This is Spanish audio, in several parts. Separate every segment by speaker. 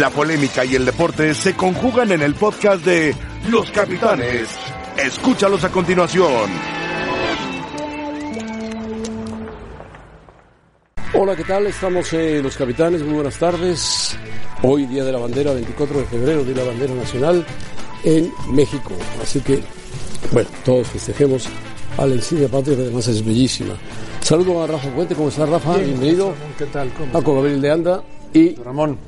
Speaker 1: La polémica y el deporte se conjugan en el podcast de Los Capitanes. Escúchalos a continuación.
Speaker 2: Hola, ¿qué tal? Estamos en Los Capitanes, muy buenas tardes. Hoy, Día de la Bandera, 24 de febrero, Día de la Bandera Nacional en México. Así que, bueno, todos festejemos a la insignia patria, que además es bellísima. Saludo a Rafa Puente, ¿cómo está Rafa? Bienvenido.
Speaker 3: ¿Qué tal? ¿Cómo?
Speaker 2: Paco Gabriel de Anda y
Speaker 3: Ramón,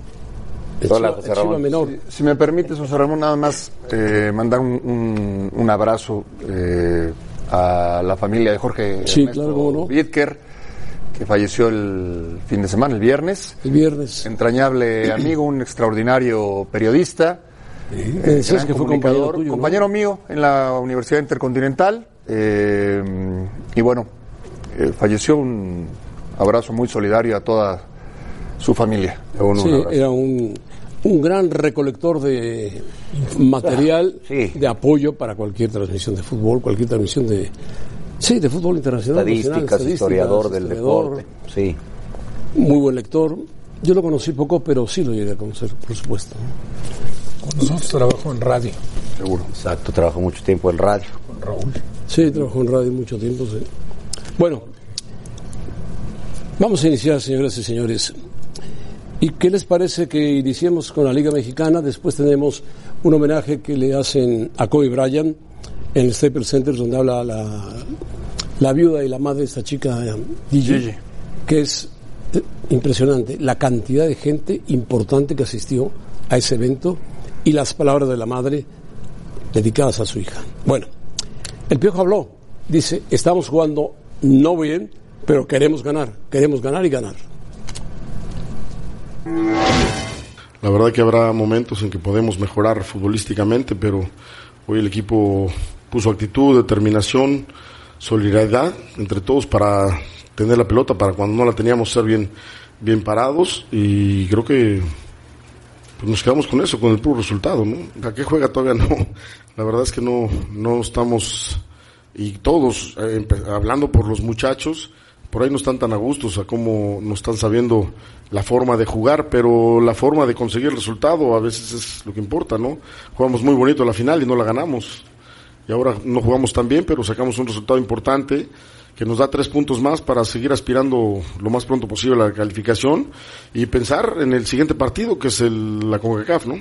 Speaker 2: el
Speaker 4: Hola,
Speaker 2: Chiva-
Speaker 4: José
Speaker 2: el Chiva
Speaker 4: Ramón.
Speaker 2: Menor.
Speaker 3: si me permites, José Ramón, nada más eh, mandar un, un- un abrazo eh, a la familia de Jorge
Speaker 2: Sí,
Speaker 3: Ernesto
Speaker 2: claro, cómo no.
Speaker 3: Bidker, que falleció el fin de semana, el viernes.
Speaker 2: El viernes.
Speaker 3: Entrañable amigo, un extraordinario periodista.
Speaker 2: Me decías
Speaker 3: gran
Speaker 2: Eh, que fue
Speaker 3: comunicador,
Speaker 2: compañero tuyo. ¿no?
Speaker 3: compañero mío en la Universidad Intercontinental. eh, y bueno, eh, falleció un abrazo muy solidario a toda su familia.
Speaker 4: Un- un
Speaker 2: Sí, eh,
Speaker 4: abrazo.
Speaker 2: era un, un gran recolector de material
Speaker 4: Sí.
Speaker 2: de apoyo para cualquier transmisión de fútbol, cualquier transmisión de. Sí, de fútbol internacional.
Speaker 4: Estadísticas,
Speaker 2: nacional, estadísticas, este
Speaker 4: historiador del
Speaker 2: historiador,
Speaker 4: deporte. Sí.
Speaker 2: Muy buen lector. Yo lo conocí poco, pero sí lo llegué a conocer, por supuesto.
Speaker 5: Con nosotros trabajó en radio,
Speaker 3: Seguro.
Speaker 4: Exacto, trabajó mucho tiempo en radio.
Speaker 5: con Raúl.
Speaker 2: Sí, trabajó en radio mucho tiempo. sí. Bueno, vamos a iniciar, señoras y señores. ¿Y qué les parece que iniciemos con la Liga Mexicana? Después tenemos un homenaje que le hacen a Kobe Bryant en el Staples Center, donde habla la, la viuda y la madre de esta chica, eh, Gigi,
Speaker 3: Gigi.
Speaker 2: que es eh, impresionante la cantidad de gente importante que asistió a ese evento y las palabras de la madre dedicadas a su hija. Bueno, el Piojo habló, dice, estamos jugando no bien, pero queremos ganar, queremos ganar y ganar.
Speaker 6: La verdad que habrá momentos en que podemos mejorar futbolísticamente, pero hoy el equipo puso actitud, determinación, solidaridad entre todos para tener la pelota, para cuando no la teníamos ser bien, bien parados y creo que pues, nos quedamos con eso, con el puro resultado, ¿no? ¿A qué juega todavía no? La verdad es que no, no estamos y todos eh, empe- hablando por los muchachos por ahí no están tan a gusto, o sea, como no están sabiendo la forma de jugar, pero la forma de conseguir el resultado a veces es lo que importa, ¿no? Jugamos muy bonito la final y no la ganamos. Y ahora no jugamos tan bien, pero sacamos un resultado importante que nos da tres puntos más para seguir aspirando lo más pronto posible a la calificación y pensar en el siguiente partido, que es el, la CONCACAF, ¿no?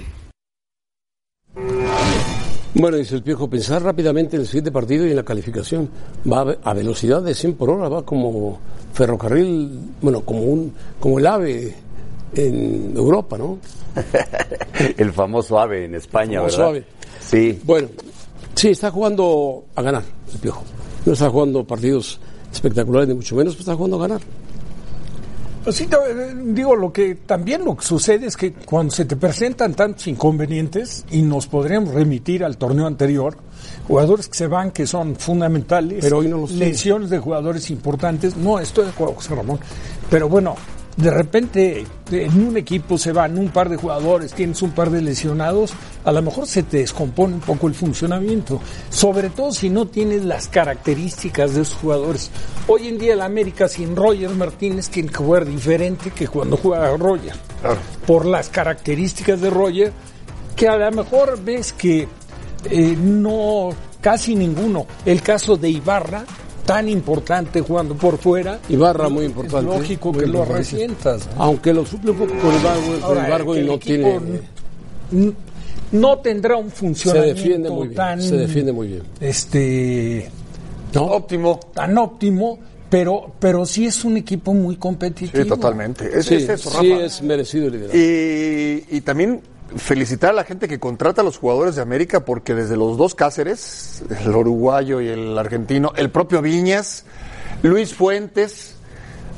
Speaker 2: Bueno, dice el Piojo, pensar rápidamente en el siguiente partido y en la calificación. Va a, ve- a velocidad de 100 por hora, va como ferrocarril, bueno, como, un, como el ave en Europa, ¿no?
Speaker 4: El famoso AVE en España,
Speaker 2: Famoso
Speaker 4: ¿verdad?
Speaker 2: AVE.
Speaker 4: Sí.
Speaker 2: Bueno, sí, está jugando a ganar el Piojo. No está jugando partidos espectaculares, ni mucho menos, pero está jugando a ganar.
Speaker 5: Pues sí, no, eh, digo, lo que también lo que sucede es que cuando se te presentan tantos inconvenientes, y nos podríamos remitir al torneo anterior, jugadores que se van que son fundamentales,
Speaker 2: Pero hoy no los tiene.
Speaker 5: lesiones de jugadores importantes, no, estoy de acuerdo, José Ramón, pero bueno, de repente en un equipo se van un par de jugadores, tienes un par de lesionados, a lo mejor se te descompone un poco el funcionamiento, sobre todo si no tienes las características de esos jugadores. Hoy en día el América sin Roger Martínez tiene que jugar diferente que cuando juega Roger, por las características de Roger, que a lo mejor ves que eh, no, casi ninguno. El caso de Ibarra, tan importante jugando por fuera.
Speaker 2: Ibarra, muy
Speaker 5: es
Speaker 2: importante.
Speaker 5: lógico
Speaker 2: muy
Speaker 5: que lo
Speaker 2: importante.
Speaker 5: resientas. ¿no?
Speaker 2: Aunque lo suple un poco con el Bargo, con
Speaker 5: Ahora,
Speaker 2: el Bargo
Speaker 5: que
Speaker 2: y
Speaker 5: el
Speaker 2: no
Speaker 5: equipo
Speaker 2: tiene.
Speaker 5: n- n- No tendrá un funcionamiento
Speaker 2: defiende muy bien,
Speaker 5: tan,
Speaker 2: se defiende muy bien.
Speaker 5: Este,
Speaker 2: ¿no?
Speaker 3: Óptimo.
Speaker 5: tan óptimo, pero, pero sí es un equipo muy competitivo.
Speaker 3: Sí, totalmente. Es,
Speaker 2: Sí,
Speaker 3: es eso, Rafa.
Speaker 2: sí es merecido el liderazgo.
Speaker 3: Y, y también felicitar a la gente que contrata a los jugadores de América porque desde los dos Cáceres, el uruguayo y el argentino, el propio Viñas, Luis Fuentes,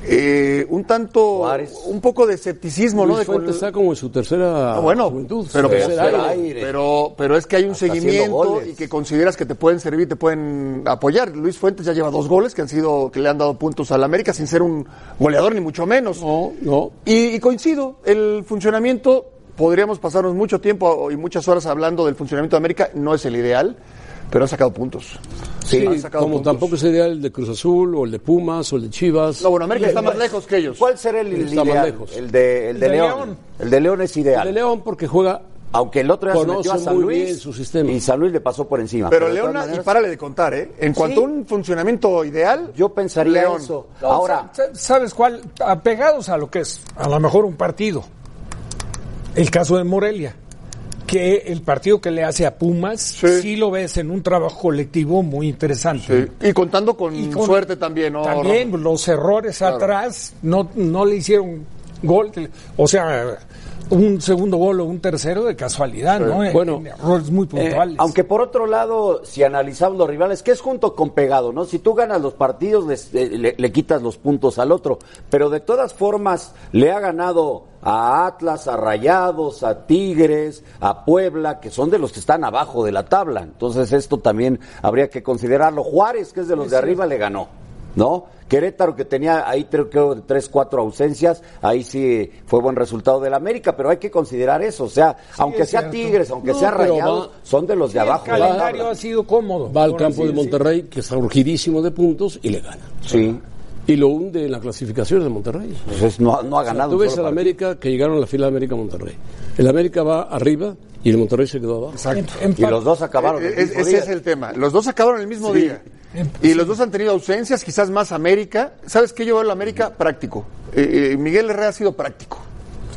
Speaker 3: eh, un tanto,
Speaker 4: Juárez.
Speaker 3: un poco de escepticismo, ¿no?
Speaker 2: Luis
Speaker 3: De con-
Speaker 2: Fuentes está como en su tercera
Speaker 3: Ah, bueno,
Speaker 2: juventud. su
Speaker 3: pero,
Speaker 4: pues,
Speaker 2: tercer
Speaker 3: pero-
Speaker 2: aire.
Speaker 4: aire.
Speaker 3: pero- pero es que hay un
Speaker 4: Hasta haciendo
Speaker 3: seguimiento
Speaker 4: goles.
Speaker 3: y que consideras que te pueden servir, te pueden apoyar. Luis Fuentes ya lleva dos goles que han sido, que le han dado puntos al América sin ser un goleador ni mucho menos.
Speaker 2: No, no.
Speaker 3: Y, y coincido, el funcionamiento, podríamos pasarnos mucho tiempo y muchas horas hablando del funcionamiento de América, no es el ideal, pero han sacado puntos.
Speaker 2: Sí,
Speaker 3: han sacado
Speaker 2: como
Speaker 3: puntos.
Speaker 2: tampoco sería el de Cruz Azul o el de Pumas o el de Chivas.
Speaker 3: No, bueno, América está más lejos que ellos.
Speaker 4: ¿Cuál será el
Speaker 2: Está más
Speaker 4: ideal?
Speaker 2: lejos.
Speaker 4: El de, el de
Speaker 5: El de
Speaker 4: León.
Speaker 5: León.
Speaker 4: El de León es
Speaker 2: El de
Speaker 4: ideal.
Speaker 2: León porque juega
Speaker 4: Aunque el otro día se metió a
Speaker 2: Conoce
Speaker 4: San
Speaker 2: muy
Speaker 4: Luis
Speaker 2: bien su sistema.
Speaker 4: y San Luis le pasó por encima.
Speaker 3: Pero
Speaker 4: de
Speaker 3: León,
Speaker 4: todas
Speaker 3: y
Speaker 4: maneras,
Speaker 3: párale de contar, ¿eh? En cuanto a un funcionamiento ideal,
Speaker 4: yo pensaría
Speaker 3: León.
Speaker 4: eso. Ahora,
Speaker 5: Sa- ¿Sabes cuál? Apegados a lo que es, a lo mejor un partido. El caso de Morelia, que el partido que le hace a Pumas, sí,
Speaker 3: Sí.
Speaker 5: lo ves en un trabajo colectivo muy interesante.
Speaker 3: Sí, eh, Y contando con,
Speaker 5: Y con-
Speaker 3: suerte también, ¿no?
Speaker 5: También
Speaker 3: Rafa?
Speaker 5: los errores atrás no, no le hicieron gol. O sea, un segundo gol o un tercero de casualidad, ¿no? En-
Speaker 2: Bueno,
Speaker 5: en errores muy
Speaker 4: eh,
Speaker 5: puntuales.
Speaker 4: aunque por otro lado, si analizamos los rivales, que es junto con pegado, ¿no? Si tú ganas los partidos, les- eh, le, le quitas los puntos al otro. Pero de todas formas, le ha ganado a Atlas, a Rayados, a Tigres, a Puebla, que son de los que están abajo de la tabla. Entonces, esto también habría que considerarlo. Juárez, que es de los de arriba, le ganó. ¿no? Querétaro que tenía ahí tre- creo que tres, cuatro ausencias, ahí sí fue buen resultado del América, pero hay que considerar eso, o sea, aunque
Speaker 5: es
Speaker 4: sea
Speaker 5: cierto.
Speaker 4: Tigres, aunque
Speaker 2: No,
Speaker 4: sea
Speaker 2: pero
Speaker 4: Rayados,
Speaker 2: va-
Speaker 4: son de los de abajo.
Speaker 5: el calendario
Speaker 4: ¿verdad?
Speaker 5: ha sido cómodo.
Speaker 2: va al
Speaker 5: por así
Speaker 2: campo de
Speaker 5: decirlo.
Speaker 2: Monterrey, que está urgidísimo de puntos, y le gana.
Speaker 4: Sí,
Speaker 2: Y lo hunde en la clasificación de Monterrey.
Speaker 4: entonces no, no ha
Speaker 3: Ah,
Speaker 4: ganado.
Speaker 2: Tú
Speaker 4: un
Speaker 2: ves
Speaker 4: solo
Speaker 2: al América que llegaron a la fila de América Monterrey. El América va arriba y el Monterrey se quedó abajo.
Speaker 5: Em-
Speaker 4: partido. Y los dos acabaron. el
Speaker 3: Eh, es-
Speaker 4: mismo
Speaker 3: ese
Speaker 4: día.
Speaker 3: es el tema. Los dos acabaron el mismo día. Y los dos han tenido ausencias, quizás más América. ¿Sabes qué? Yo veo la América práctico. Eh, eh, Miguel Herrera ha sido práctico.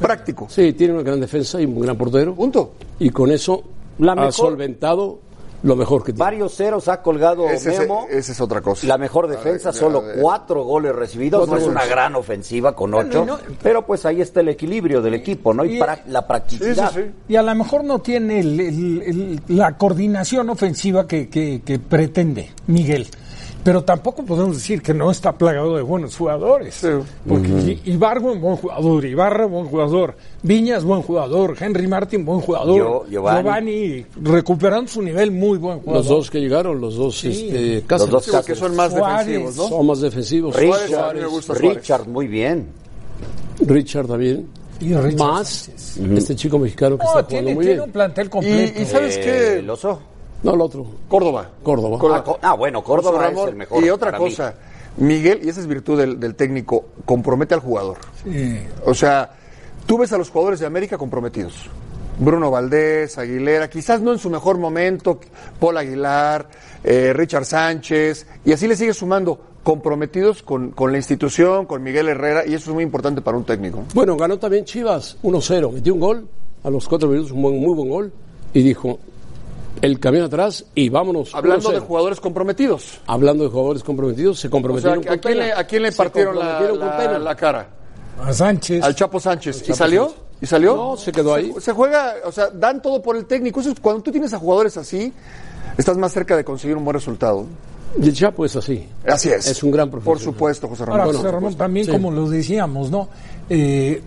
Speaker 3: Práctico.
Speaker 2: Sí, tiene una gran defensa y un gran portero.
Speaker 3: Punto.
Speaker 2: Y con eso
Speaker 4: La
Speaker 2: ha
Speaker 4: mejor-
Speaker 2: solventado lo mejor que tiene.
Speaker 4: Varios ceros ha colgado
Speaker 3: Ese es-
Speaker 4: Memo.
Speaker 3: esa es otra cosa.
Speaker 4: La mejor defensa,
Speaker 3: ya,
Speaker 4: solo
Speaker 3: de-
Speaker 4: cuatro goles recibidos.
Speaker 2: Cuatro
Speaker 4: no es una
Speaker 2: goles.
Speaker 4: gran ofensiva con ocho.
Speaker 5: no, no.
Speaker 4: Pero pues ahí está el equilibrio del equipo, ¿no? Y,
Speaker 5: y-
Speaker 4: pra- la practicidad.
Speaker 3: Sí, sí, sí.
Speaker 5: Y a lo mejor no tiene el- el- el- la coordinación ofensiva que, que- que pretende Miguel. Pero tampoco podemos decir que no está plagado de buenos jugadores. Porque I- Ibargüen, buen jugador. Ibarra, buen jugador. Viñas, buen jugador. Henry Martin, buen jugador.
Speaker 4: Yo- Giovanni.
Speaker 5: Giovanni, recuperando su nivel, muy buen jugador.
Speaker 2: Los dos que llegaron, los dos este, Cáceres,
Speaker 4: dos
Speaker 3: Sí, porque
Speaker 4: Cáceres.
Speaker 3: son más
Speaker 5: Suárez.
Speaker 3: defensivos, ¿no?
Speaker 2: son más defensivos.
Speaker 3: Suárez, a
Speaker 4: Richard,
Speaker 3: mí me gusta Suárez.
Speaker 4: Richard, muy bien.
Speaker 2: Richard también.
Speaker 5: Y Richard
Speaker 2: más este chico mexicano que
Speaker 5: No,
Speaker 2: está jugando
Speaker 5: tiene,
Speaker 2: muy
Speaker 5: tiene
Speaker 2: bien.
Speaker 5: un plantel completo.
Speaker 3: Y- y ¿Sabes qué?
Speaker 4: Eh, El oso.
Speaker 2: No, el otro.
Speaker 3: Córdoba.
Speaker 2: Córdoba.
Speaker 4: Ah, co- ah, bueno, Córdoba
Speaker 3: Córdoba
Speaker 4: es el mejor.
Speaker 3: y otra
Speaker 4: para mí.
Speaker 3: cosa, Miguel, y esa es virtud del, del técnico, compromete al jugador.
Speaker 5: Sí.
Speaker 3: O sea, tú ves a los jugadores de América comprometidos. Bruno Valdés, Aguilera, quizás no en su mejor momento, Paul Aguilar, eh, Richard Sánchez, y así le sigue sumando comprometidos con, con la institución, con Miguel Herrera, y eso es muy importante para un técnico.
Speaker 2: Ah, Bueno, ganó también Chivas 1-0. Metió un gol a los cuatro minutos, un buen- muy buen gol. Y dijo, el camión atrás y vámonos.
Speaker 3: Hablando de
Speaker 2: 1-0.
Speaker 3: jugadores comprometidos.
Speaker 2: Hablando de jugadores comprometidos, se
Speaker 3: O sea,
Speaker 2: comprometieron
Speaker 3: ¿a
Speaker 2: Pues con
Speaker 3: quién le,
Speaker 2: Tena.
Speaker 3: a quién le
Speaker 2: Se
Speaker 3: partieron la,
Speaker 2: comprometieron con
Speaker 3: la-
Speaker 2: Tena.
Speaker 3: la cara?
Speaker 5: A Sánchez.
Speaker 3: Al Chapo Sánchez. ¿Y salió? ¿Y salió?
Speaker 2: No, se quedó ahí.
Speaker 3: Se juega, o sea, dan todo por el técnico. Eso es- cuando tú tienes a jugadores así, estás más cerca de conseguir un buen resultado.
Speaker 2: Y el Chapo es así.
Speaker 3: Así es.
Speaker 2: Es un gran profesional.
Speaker 3: Por supuesto, José Ramón.
Speaker 5: Ahora,
Speaker 3: pues,
Speaker 2: Bueno,
Speaker 5: José Ramón, también
Speaker 2: sí.
Speaker 5: como lo decíamos, ¿no? Eh,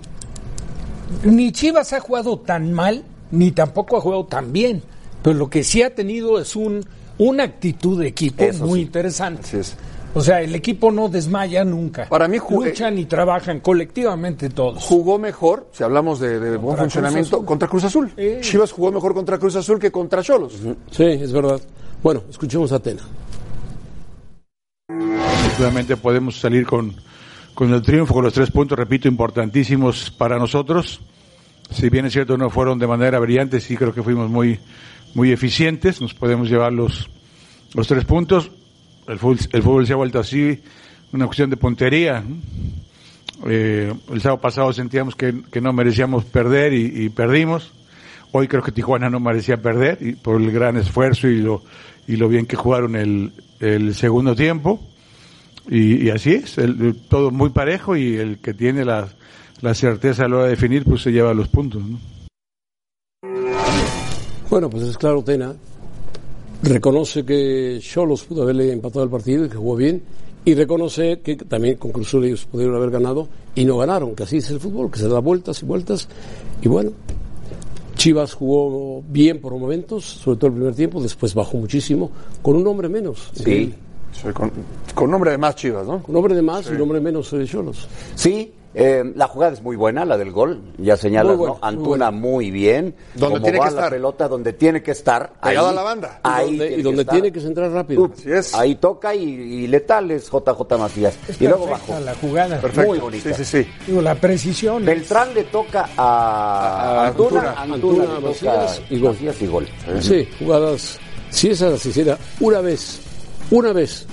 Speaker 5: ni Chivas ha jugado tan mal, ni tampoco ha jugado tan bien. Pero lo que sí ha tenido es un, una actitud de equipo
Speaker 4: Eso
Speaker 5: muy
Speaker 4: sí.
Speaker 5: interesante.
Speaker 3: Así es.
Speaker 5: O sea, el equipo no desmaya nunca.
Speaker 3: Para mí ju-
Speaker 5: Luchan y trabajan colectivamente todos.
Speaker 3: Jugó mejor, si hablamos de, de buen
Speaker 5: Cruz
Speaker 3: funcionamiento,
Speaker 5: Azul.
Speaker 3: contra Cruz Azul.
Speaker 5: Eh.
Speaker 3: Chivas jugó mejor contra Cruz Azul que contra Cholos.
Speaker 2: Sí, es verdad. Bueno, escuchemos a Tena.
Speaker 7: Obviamente podemos salir con, con el triunfo, con los tres puntos, repito, importantísimos para nosotros. Si bien es cierto, no fueron de manera brillante, sí creo que fuimos muy, muy eficientes. Nos podemos llevar los, los tres puntos. El fútbol, el fútbol se ha vuelto así, una cuestión de puntería. ¿no? Eh, el sábado pasado sentíamos que, que no merecíamos perder y, y perdimos. Hoy creo que Tijuana no merecía perder y por el gran esfuerzo y lo, y lo bien que jugaron el, el segundo tiempo. Y, y así es, el- el- todo muy parejo y el que tiene la, la certeza a la hora de definir, pues se lleva los puntos. ¿no?
Speaker 2: Bueno, pues es claro, Tena reconoce que Cholos pudo haberle empatado el partido y que jugó bien. Y reconoce que también con Cruz Azul ellos pudieron haber ganado y no ganaron, que así es el fútbol, que se da vueltas y vueltas. Y bueno, Chivas jugó bien por momentos, sobre todo el primer tiempo, después bajó muchísimo, con un hombre menos.
Speaker 4: Sí,
Speaker 3: Sí, con, con nombre de más Chivas, ¿no?
Speaker 2: Un hombre de más y un hombre menos de eh, Cholos.
Speaker 4: sí. Eh, la jugada es muy buena, la del gol, ya señalas,
Speaker 2: Muy buena,
Speaker 4: ¿no? Antuna muy bien.
Speaker 3: Donde
Speaker 4: Como
Speaker 3: tiene
Speaker 4: va
Speaker 3: que
Speaker 4: la
Speaker 3: estar.
Speaker 4: pelota, donde tiene que estar.
Speaker 3: Pegado
Speaker 4: ahí,
Speaker 3: a la banda.
Speaker 2: Y
Speaker 4: Ahí
Speaker 2: donde-
Speaker 4: tiene
Speaker 2: y donde
Speaker 4: estar.
Speaker 2: tiene que centrar rápido.
Speaker 4: Up,
Speaker 3: Así es.
Speaker 4: Ahí toca y, y letal es JJ Macías.
Speaker 5: Es
Speaker 4: y luego
Speaker 5: perfecta
Speaker 4: bajo.
Speaker 5: La jugada.
Speaker 3: Perfecto.
Speaker 4: Muy bonita.
Speaker 3: Sí, sí, sí.
Speaker 5: Digo, la precisión.
Speaker 4: Beltrán le toca a,
Speaker 3: A
Speaker 4: Antuna,
Speaker 3: Antuna.
Speaker 4: Antuna,
Speaker 2: Antuna,
Speaker 4: le toca
Speaker 2: Macías y gol.
Speaker 4: Macías y gol.
Speaker 2: Sí, jugadas. Si esa las hiciera una vez, una vez,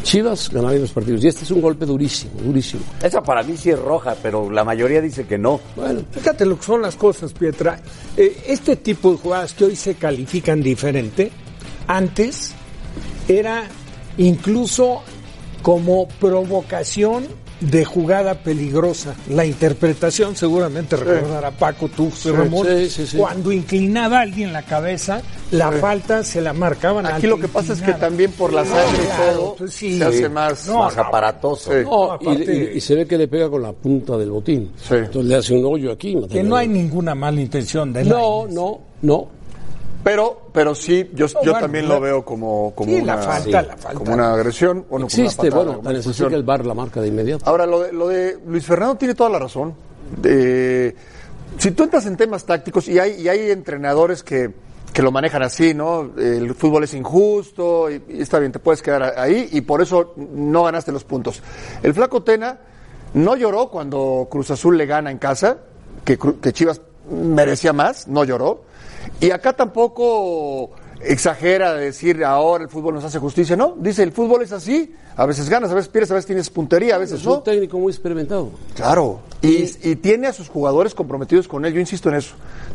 Speaker 2: Chivas ganaría los partidos. Y este es un golpe durísimo, durísimo.
Speaker 4: Esa para mí sí es roja, pero la mayoría dice que no.
Speaker 2: Bueno,
Speaker 5: Fíjate lo que son las cosas, Pietra. Eh, este tipo de jugadas que hoy se califican diferente, antes era incluso como provocación de jugada peligrosa. La interpretación, seguramente recordará Paco, tú, Ramón,
Speaker 2: sí, sí, sí.
Speaker 5: cuando inclinaba a alguien la cabeza, la falta se la marcaban. al
Speaker 3: Aquí lo que pasa es que
Speaker 5: inclinaba.
Speaker 3: también por la sangre y
Speaker 5: Claro,
Speaker 3: todo
Speaker 5: pues sí.
Speaker 3: se hace más.
Speaker 5: No,
Speaker 4: más aparatoso.
Speaker 3: Sí.
Speaker 2: no, y-
Speaker 5: aparte-
Speaker 2: y, y se ve que le pega con la punta del botín.
Speaker 3: Sí.
Speaker 2: Entonces le hace un hoyo aquí.
Speaker 5: Que no hay ninguna mala intención de
Speaker 2: No,
Speaker 5: Lainez.
Speaker 2: no, no.
Speaker 3: Pero, pero sí, yo, yo
Speaker 5: bueno,
Speaker 3: también
Speaker 5: la-
Speaker 3: lo veo como, como,
Speaker 5: Sí,
Speaker 3: una,
Speaker 5: la falta, la falta.
Speaker 3: como una agresión. Bueno,
Speaker 2: Existe,
Speaker 3: como una patada,
Speaker 2: bueno,
Speaker 3: como
Speaker 2: tan
Speaker 3: una
Speaker 2: necesaria
Speaker 3: expulsión. Ah,
Speaker 2: que el bar la marca de inmediato.
Speaker 3: Ahora, lo de, lo de Luis Fernando tiene toda la razón. De- si tú entras en temas tácticos, y hay, y hay entrenadores que, que lo manejan así, ¿no? El fútbol es injusto, y, y está bien, te puedes quedar a- ahí, y por eso no ganaste los puntos. El Flaco Tena no lloró cuando Cruz Azul le gana en casa, que, Cru- que Chivas merecía más, no lloró. Y acá tampoco exagera de decir ahora el fútbol nos hace justicia, no, dice el fútbol es así, a veces ganas, a veces pierdes, a veces tienes puntería, a veces
Speaker 2: Es un
Speaker 3: no.
Speaker 2: técnico muy experimentado.
Speaker 3: Pues Claro. Y, y tiene a sus jugadores comprometidos con él. Yo insisto en eso.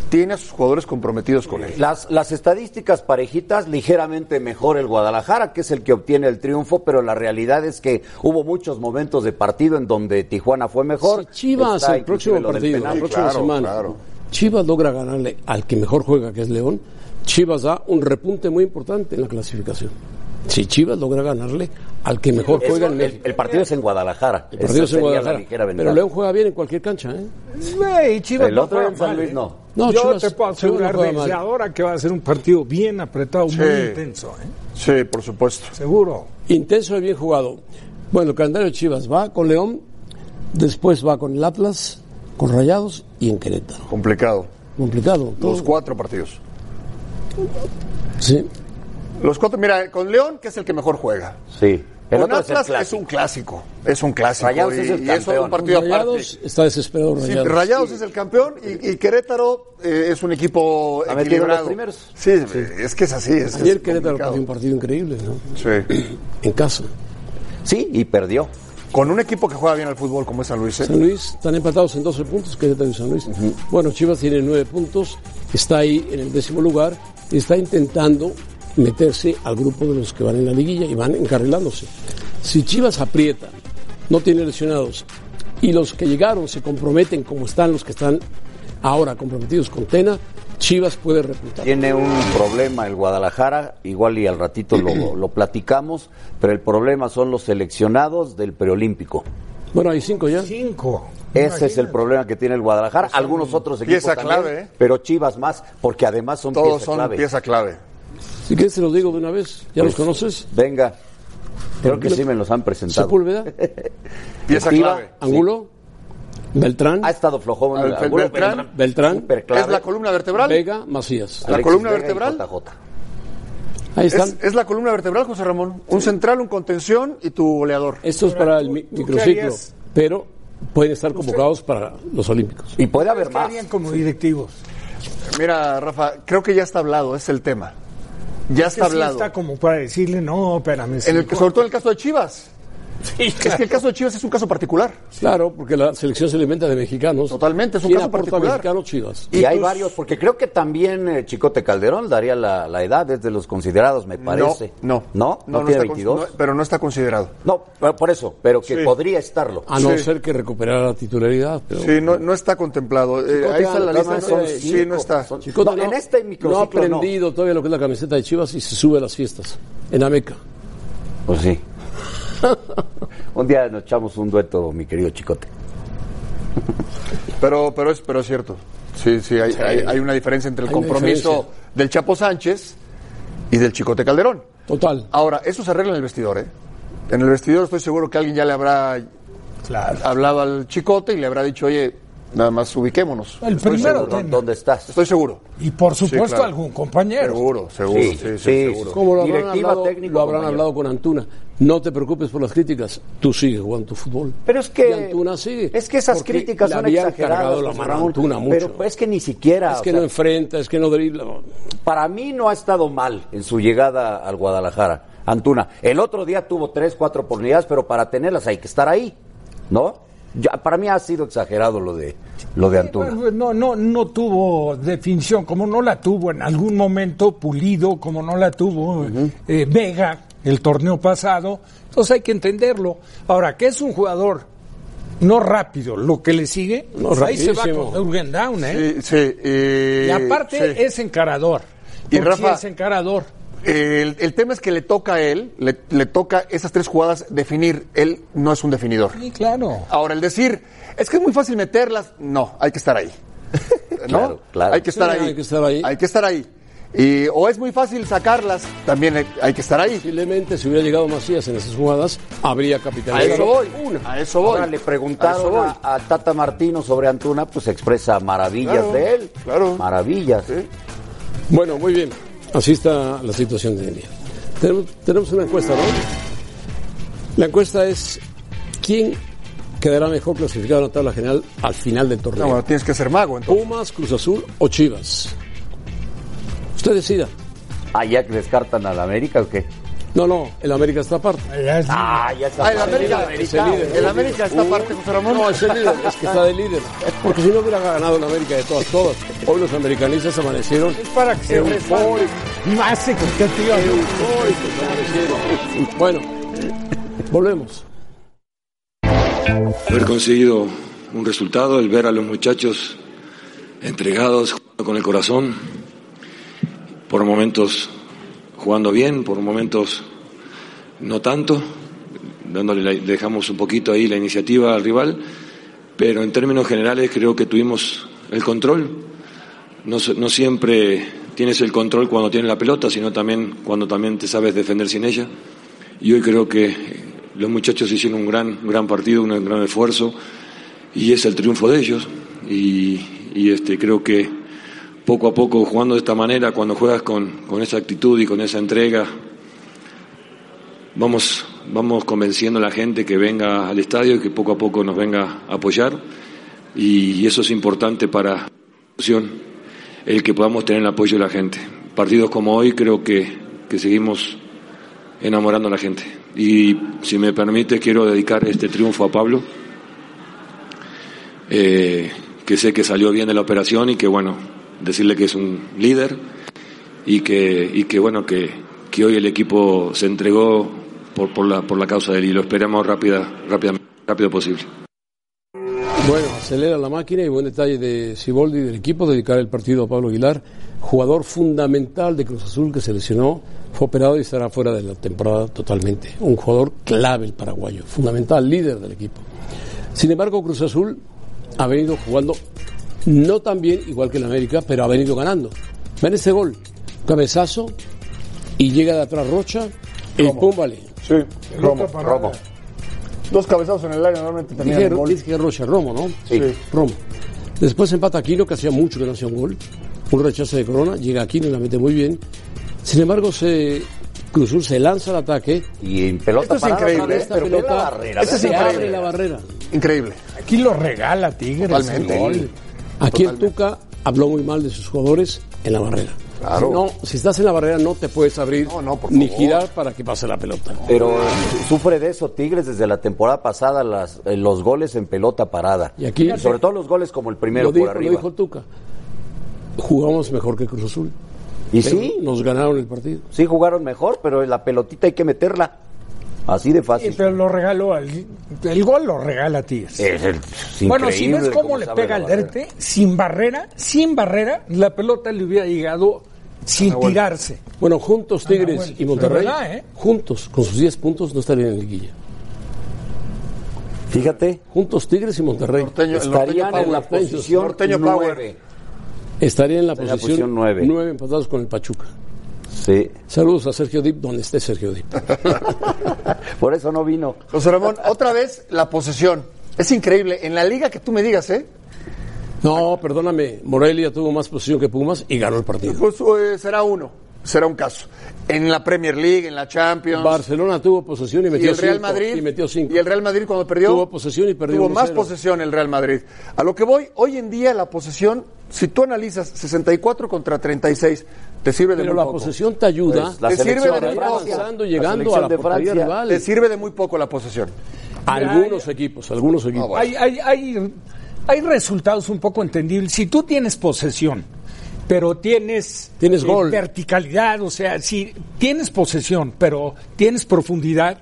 Speaker 3: Tiene a sus jugadores comprometidos con él.
Speaker 4: Las, las estadísticas parejitas, ligeramente mejor el Guadalajara, que es el que obtiene el triunfo, pero la realidad es que hubo muchos momentos de partido en donde Tijuana fue mejor.
Speaker 2: Si Chivas
Speaker 4: Está
Speaker 2: el próximo
Speaker 4: inclusive lo del
Speaker 2: partido,
Speaker 4: penal.
Speaker 2: la próxima
Speaker 3: claro,
Speaker 2: semana,
Speaker 3: claro.
Speaker 2: Chivas logra ganarle al que mejor juega, que es León, Chivas da un repunte muy importante en la clasificación. Si Chivas logra ganarle al que mejor
Speaker 4: Eso,
Speaker 2: juega en
Speaker 4: el,
Speaker 2: México.
Speaker 4: el partido es en Guadalajara.
Speaker 2: El partido
Speaker 4: Esa
Speaker 2: es en
Speaker 4: sería la
Speaker 2: Guadalajara.
Speaker 4: ligera ventaja.
Speaker 2: Pero León juega bien en cualquier cancha, ¿eh?
Speaker 5: Güey, Chivas
Speaker 4: El
Speaker 5: no
Speaker 4: otro
Speaker 5: juega
Speaker 4: en San
Speaker 5: mal,
Speaker 4: Luis,
Speaker 5: ¿eh?
Speaker 4: no.
Speaker 2: No,
Speaker 5: Yo
Speaker 2: Chivas-
Speaker 5: te puedo
Speaker 2: Chivas no
Speaker 5: asegurar
Speaker 2: juega
Speaker 5: desde
Speaker 2: mal.
Speaker 5: ahora que va a ser un partido bien apretado, muy
Speaker 3: Sí.
Speaker 5: intenso, ¿eh?
Speaker 3: Sí, por supuesto.
Speaker 5: seguro.
Speaker 2: Intenso y bien jugado. Bueno, el calendario de Chivas va con León, después va con el Atlas, con Rayados y en Querétaro.
Speaker 3: Complicado.
Speaker 2: Complicado. todo.
Speaker 3: Los cuatro partidos.
Speaker 2: Sí.
Speaker 3: Los cuatro, mira, con León, que es el que mejor juega.
Speaker 4: Sí. El
Speaker 3: con
Speaker 4: otro es el
Speaker 3: Atlas es,
Speaker 4: clásico.
Speaker 3: un clásico. Es un clásico.
Speaker 4: Rayados
Speaker 3: y,
Speaker 4: es el
Speaker 3: y eso es
Speaker 4: campeón.
Speaker 3: un partido aparte.
Speaker 2: Rayados está desesperado
Speaker 3: Sí,
Speaker 2: Rayados.
Speaker 3: Rayados es el campeón y, y Querétaro eh, es un equipo
Speaker 4: Ha metido
Speaker 3: equilibrado.
Speaker 4: los primeros.
Speaker 3: Sí, es que es así. Es,
Speaker 2: Ayer
Speaker 3: es
Speaker 2: Querétaro perdió un
Speaker 3: complicado.
Speaker 2: partido increíble, ¿no?
Speaker 3: Sí.
Speaker 2: En casa.
Speaker 4: Sí, y perdió.
Speaker 3: Con un equipo que juega bien al fútbol como es San Luis. ¿eh?
Speaker 2: San Luis están empatados en 12 puntos, Querétaro y San Luis. Bueno, Chivas tiene 9 puntos, está ahí en el décimo lugar, está intentando meterse al grupo de los que van en la liguilla y van encarrilándose. Si Chivas aprieta, no tiene lesionados, y los que llegaron se comprometen como están los que están ahora comprometidos con Tena, Chivas puede repuntar.
Speaker 4: Tiene un problema el Guadalajara, igual y al ratito lo, lo platicamos, pero el problema son los seleccionados del preolímpico.
Speaker 2: Bueno, hay 5 ya.
Speaker 5: Cinco.
Speaker 4: Ese es el problema que tiene el
Speaker 2: Pues
Speaker 4: Guadalajara. Algunos otros equipos
Speaker 3: pieza
Speaker 4: también,
Speaker 3: clave, ¿eh?
Speaker 4: pero Chivas más, porque además son
Speaker 3: Todos
Speaker 4: pieza
Speaker 3: son
Speaker 4: clave.
Speaker 3: pieza clave.
Speaker 2: Si quieres, te los digo de una vez, ya
Speaker 4: Pues,
Speaker 2: los conoces.
Speaker 4: Venga, creo que sí me los han presentado.
Speaker 2: Sepúlveda,
Speaker 3: Pieza
Speaker 4: Activa.
Speaker 3: clave.
Speaker 2: Angulo, Beltrán,
Speaker 4: Ha estado flojón.
Speaker 3: Al-
Speaker 4: algunos,
Speaker 3: Beltrán.
Speaker 4: pero-
Speaker 2: Beltrán,
Speaker 4: superclave.
Speaker 3: Es la columna vertebral.
Speaker 2: Vega, Macías.
Speaker 3: la
Speaker 4: Alexis
Speaker 3: columna
Speaker 4: Vega y
Speaker 3: vertebral.
Speaker 4: JJ.
Speaker 2: Ahí están.
Speaker 3: Es, es la columna vertebral, José Ramón. Un central, un contención y tu goleador.
Speaker 2: Esto es para el mi-
Speaker 5: ¿tú qué
Speaker 2: microciclo,
Speaker 5: harías?
Speaker 2: pero pueden estar convocados para los Olímpicos.
Speaker 4: Y puede haber
Speaker 5: ¿Qué
Speaker 4: más.
Speaker 5: harían como directivos?
Speaker 3: Mira, Rafa, creo que ya está hablado, es el tema. Ya
Speaker 5: Que
Speaker 3: está
Speaker 5: sí
Speaker 3: hablado.
Speaker 5: está como para decirle, no, espérame.
Speaker 3: En el,
Speaker 5: cinco.
Speaker 3: sobre todo en el caso de Chivas. Es que el caso de Chivas es un caso particular.
Speaker 2: Claro, porque la selección se alimenta de mexicanos.
Speaker 3: Totalmente, es un
Speaker 2: ¿Quién
Speaker 3: caso
Speaker 2: aporta
Speaker 3: particular.
Speaker 2: mexicanos chivas?
Speaker 4: Y,
Speaker 3: Y
Speaker 4: hay
Speaker 3: tus-
Speaker 4: varios, porque creo que también eh, Chicote Calderón daría la, la edad, es de los considerados, me parece.
Speaker 3: No,
Speaker 4: ¿No? ¿No, tiene
Speaker 3: está con-
Speaker 4: 22?
Speaker 3: no, pero no está considerado.
Speaker 4: No, pero por eso, pero que
Speaker 3: Sí.
Speaker 4: podría estarlo.
Speaker 2: A no
Speaker 3: Sí.
Speaker 2: ser que recuperara la titularidad. Pero...
Speaker 3: Sí, no, no está contemplado. Eh,
Speaker 2: Chicote,
Speaker 3: ahí está la
Speaker 2: además
Speaker 3: lista.
Speaker 2: son
Speaker 3: no, sí, no
Speaker 4: cinco,
Speaker 3: está.
Speaker 4: son-
Speaker 2: Chicote
Speaker 4: No, en este
Speaker 2: no
Speaker 4: microciclo
Speaker 2: ha aprendido todavía lo que es la camiseta de Chivas y se sube a las fiestas en Ameca.
Speaker 4: Pues sí. un día nos echamos un dueto, mi querido Chicote.
Speaker 3: Pero, pero, es, pero es cierto. Sí, sí, hay, hay- hay una diferencia entre el
Speaker 2: Hay una
Speaker 3: compromiso
Speaker 2: diferencia.
Speaker 3: del Chapo Sánchez y del Chicote Calderón.
Speaker 2: Total.
Speaker 3: Ahora, eso se arregla en el vestidor, ¿eh? En el vestidor estoy seguro que alguien ya le habrá
Speaker 5: Claro.
Speaker 3: Hablaba al chicote y le habrá dicho, oye, nada más ubiquémonos.
Speaker 5: El
Speaker 3: Estoy
Speaker 5: primero
Speaker 3: seguro.
Speaker 5: tema.
Speaker 4: Pues, ¿Dónde estás?
Speaker 3: Estoy seguro.
Speaker 5: Y por supuesto
Speaker 3: claro.
Speaker 5: algún compañero.
Speaker 3: Seguro, seguro. Sí, sí,
Speaker 4: sí.
Speaker 3: seguro.
Speaker 2: ¿Cómo lo habrán,
Speaker 4: Directiva,
Speaker 2: hablado,
Speaker 4: técnico,
Speaker 2: lo habrán
Speaker 4: compañero.
Speaker 2: hablado con Antuna? No te preocupes por las críticas, tú sigues jugando tu fútbol.
Speaker 4: Pero es
Speaker 2: Y
Speaker 4: que
Speaker 2: Antuna sigue.
Speaker 4: es que esas
Speaker 2: Porque
Speaker 4: críticas
Speaker 2: le
Speaker 4: son
Speaker 2: habían
Speaker 4: exageradas,
Speaker 2: cargado la
Speaker 4: José
Speaker 2: mano a
Speaker 4: Ramón.
Speaker 2: Antuna mucho.
Speaker 4: Pero es que ni siquiera,
Speaker 2: Es
Speaker 4: o
Speaker 2: que
Speaker 4: sea,
Speaker 2: no enfrenta, es que no dribla.
Speaker 4: para mí no ha estado mal en su llegada al Guadalajara, Antuna. El otro día tuvo tres, cuatro oportunidades, pero para tenerlas hay que estar ahí, ¿no? Ya, para mí ha sido exagerado lo de lo de Antuna.
Speaker 5: Bueno, pues, No, no, no tuvo definición, como no la tuvo en algún momento Pulido, como no la tuvo eh, Vega el torneo pasado. Entonces hay que entenderlo. Ahora, que es un jugador no rápido, lo que le sigue,
Speaker 2: No,
Speaker 5: pues ahí se va
Speaker 2: rapidísimo.
Speaker 5: con Jürgen Down, ¿eh?
Speaker 3: Sí, sí, eh,
Speaker 5: y aparte
Speaker 3: sí.
Speaker 5: es encarador.
Speaker 3: Y
Speaker 5: Porque sí
Speaker 3: Rafa-
Speaker 5: es encarador.
Speaker 3: El, el tema es que le toca a él, le, le toca esas tres jugadas definir. Él no es un definidor.
Speaker 5: Sí, claro.
Speaker 3: Ahora, el decir, es que es muy fácil meterlas, no, hay que estar ahí. ¿No?
Speaker 4: Claro, claro.
Speaker 3: Hay que estar
Speaker 2: Sí,
Speaker 3: ahí.
Speaker 2: hay que estar ahí.
Speaker 3: Hay que estar ahí. Y, o es muy fácil sacarlas, también hay, hay que estar ahí.
Speaker 2: Posiblemente si hubiera llegado Macías en esas jugadas, habría
Speaker 3: A eso
Speaker 2: capitalizado.
Speaker 3: voy. A eso voy.
Speaker 4: Ahora le
Speaker 3: A eso
Speaker 4: preguntaron
Speaker 3: voy.
Speaker 4: a, a Tata Martino sobre Antuna, pues expresa maravillas
Speaker 3: Claro,
Speaker 4: de él.
Speaker 3: claro.
Speaker 4: Maravillas.
Speaker 3: Sí.
Speaker 2: Bueno, muy bien. Así está la situación de día. Tenemos, tenemos una encuesta, ¿no? La encuesta es quién quedará mejor clasificado en la tabla general al final del
Speaker 3: No,
Speaker 2: torneo.
Speaker 3: bueno, tienes que ser mago, entonces.
Speaker 2: Pumas, Cruz Azul o Chivas. Usted decida.
Speaker 4: Ah, ya que descartan al América o qué?
Speaker 2: No, no, el América está aparte.
Speaker 5: Ya es-
Speaker 4: Ah, ya está.
Speaker 3: Ah, el América.
Speaker 2: Es el líder. Uh.
Speaker 3: El América está aparte, José Ramón.
Speaker 2: No, es el líder, es que está de líder. Porque si no hubiera ganado el América de todas, todas. Hoy los americanistas amanecieron
Speaker 5: es para que se
Speaker 2: eufóricos,
Speaker 5: resalte. Más eh, expectativa.
Speaker 2: eufóricos amanecieron. Bueno, volvemos.
Speaker 8: haber conseguido un resultado, el ver a los muchachos entregados, jugando con el corazón, por momentos jugando bien, por momentos no tanto, dándole la- dejamos un poquito ahí la iniciativa al rival, pero en términos generales creo que tuvimos el control. No, so- no siempre tienes el control cuando tienes la pelota, sino también cuando también te sabes defender sin ella. Y hoy creo que los muchachos hicieron un gran, un gran partido, un gran esfuerzo, y es el triunfo de ellos. Y, y, este, creo que poco a poco, jugando de esta manera, cuando juegas con, con esa actitud y con esa entrega, vamos, vamos convenciendo a la gente que venga al estadio y que poco a poco nos venga a apoyar. Y, eso es importante para la institución, el que podamos tener el apoyo de la gente. Partidos como hoy creo que, que seguimos enamorando a la gente. Y si me permite, quiero dedicar este triunfo a Pablo, eh, que sé que salió bien de la operación y que, bueno, decirle que es un líder y que, y que bueno, que, que hoy el equipo se entregó por, por, la, por la causa de él y lo esperamos rápida, rápida, rápido posible.
Speaker 2: Bueno, acelera la máquina y buen detalle de Siboldi y del equipo, dedicar el partido a Pablo Aguilar, jugador fundamental de Cruz Azul que se lesionó, fue operado y estará fuera de la temporada totalmente. Un jugador clave el paraguayo, fundamental, líder del equipo. Sin embargo, Cruz Azul ha venido jugando no tan bien, igual que el América, pero ha venido ganando. Ven este gol, cabezazo y llega de atrás Rocha y pum, vale.
Speaker 3: Sí, Romo. Romo. Dos cabezazos en el área normalmente terminan
Speaker 2: Dije,
Speaker 3: en gol.
Speaker 2: dije Rocha, Romo, ¿no?
Speaker 3: Sí.
Speaker 2: Romo. Después empata Aquino, que hacía mucho que no hacía un gol. Un rechazo de Corona, llega Aquino y la mete muy bien. Sin embargo, se Cruz Azul se lanza al ataque.
Speaker 4: Y en pelota
Speaker 3: Esto es
Speaker 4: parada,
Speaker 3: increíble,
Speaker 4: otra vez,
Speaker 3: ¿eh?
Speaker 4: pero ve la
Speaker 2: Pelota.
Speaker 4: barrera.
Speaker 3: Eso
Speaker 4: ve
Speaker 3: es
Speaker 2: se
Speaker 4: la
Speaker 3: increíble.
Speaker 2: abre la barrera.
Speaker 3: Increíble.
Speaker 5: Aquí lo regala Tigres.
Speaker 3: Totalmente.
Speaker 5: el gol.
Speaker 2: Aquí el Tuca habló muy mal de sus jugadores en la barrera.
Speaker 3: Claro.
Speaker 2: No, si estás en la barrera no te puedes abrir
Speaker 3: No, no, por
Speaker 2: ni
Speaker 3: favor.
Speaker 2: girar para que pase la pelota.
Speaker 4: Pero sufre de eso Tigres desde la temporada pasada, las, eh, los goles en pelota parada.
Speaker 2: Y aquí-
Speaker 4: sobre todo los goles como el primero
Speaker 2: Lo dijo,
Speaker 4: por
Speaker 2: lo
Speaker 4: arriba.
Speaker 2: dijo el Tuca. Jugamos mejor que Cruz Azul.
Speaker 4: y
Speaker 2: Pero
Speaker 4: sí,
Speaker 2: Nos ganaron el partido.
Speaker 4: sí jugaron mejor, pero la pelotita hay que meterla. Así de
Speaker 5: Sí,
Speaker 4: fácil.
Speaker 5: pero lo regaló al- el gol lo regala Tigres.
Speaker 4: Es el- es
Speaker 5: Bueno, si
Speaker 4: increíble
Speaker 5: ves cómo,
Speaker 4: cómo
Speaker 5: le
Speaker 4: se abre
Speaker 5: pega
Speaker 4: la
Speaker 5: al
Speaker 4: barrera.
Speaker 5: Derte, sin barrera, sin barrera, la pelota le hubiera llegado sin tirarse.
Speaker 2: Bueno, juntos Tigres
Speaker 5: Ah, bueno,
Speaker 2: y Monterrey,
Speaker 5: la verdad, ¿eh?
Speaker 2: juntos con sus 10 puntos no estarían en liguilla.
Speaker 4: Fíjate,
Speaker 2: Juntos Tigres y Monterrey
Speaker 3: Norteño, el norteño
Speaker 4: estarían en la
Speaker 3: Power.
Speaker 4: posición
Speaker 3: Norteño Power.
Speaker 4: nueve.
Speaker 2: estarían en la
Speaker 4: Está en la
Speaker 2: posición
Speaker 4: posición nueve.
Speaker 2: 9 empatados con el Pachuca.
Speaker 4: Sí.
Speaker 2: Saludos a Sergio Dip, donde esté Sergio Dip.
Speaker 4: Por eso no vino.
Speaker 3: José Ramón, otra vez la posesión. Es increíble. En la liga que tú me digas, ¿eh?
Speaker 2: No, perdóname, Morelia tuvo más posición que Pumas y ganó el partido.
Speaker 3: Pues eh, será uno. Será un caso. En la Premier League, en la Champions.
Speaker 2: Barcelona tuvo posesión y metió
Speaker 3: y el Real
Speaker 2: cinco,
Speaker 3: Madrid
Speaker 2: y metió cinco.
Speaker 3: y el Real Madrid cuando perdió
Speaker 2: Tuvo posesión y perdió
Speaker 3: tuvo
Speaker 2: 1-0.
Speaker 3: más posesión el Real Madrid a lo que voy hoy en día la posesión si tú analizas 64 contra 36 te sirve de
Speaker 2: Pero
Speaker 3: muy
Speaker 2: la
Speaker 3: poco
Speaker 2: posesión te ayuda.
Speaker 4: Pues, la
Speaker 3: Te sirve
Speaker 4: selección
Speaker 3: de
Speaker 4: de
Speaker 2: Ahí
Speaker 4: Francia.
Speaker 2: avanzando,
Speaker 4: la
Speaker 2: llegando a la
Speaker 4: selección de
Speaker 2: portería
Speaker 4: Francia.
Speaker 2: rival.
Speaker 3: te sirve de muy poco la posesión
Speaker 2: Algunos equipos,
Speaker 3: Ah,
Speaker 2: algunos equipos.
Speaker 5: Hay, hay, hay, hay resultados un poco entendibles. Si tú tienes posesión, pero tienes, eh,
Speaker 2: Tienes gol.
Speaker 5: verticalidad, o sea, si tienes posesión, pero tienes profundidad,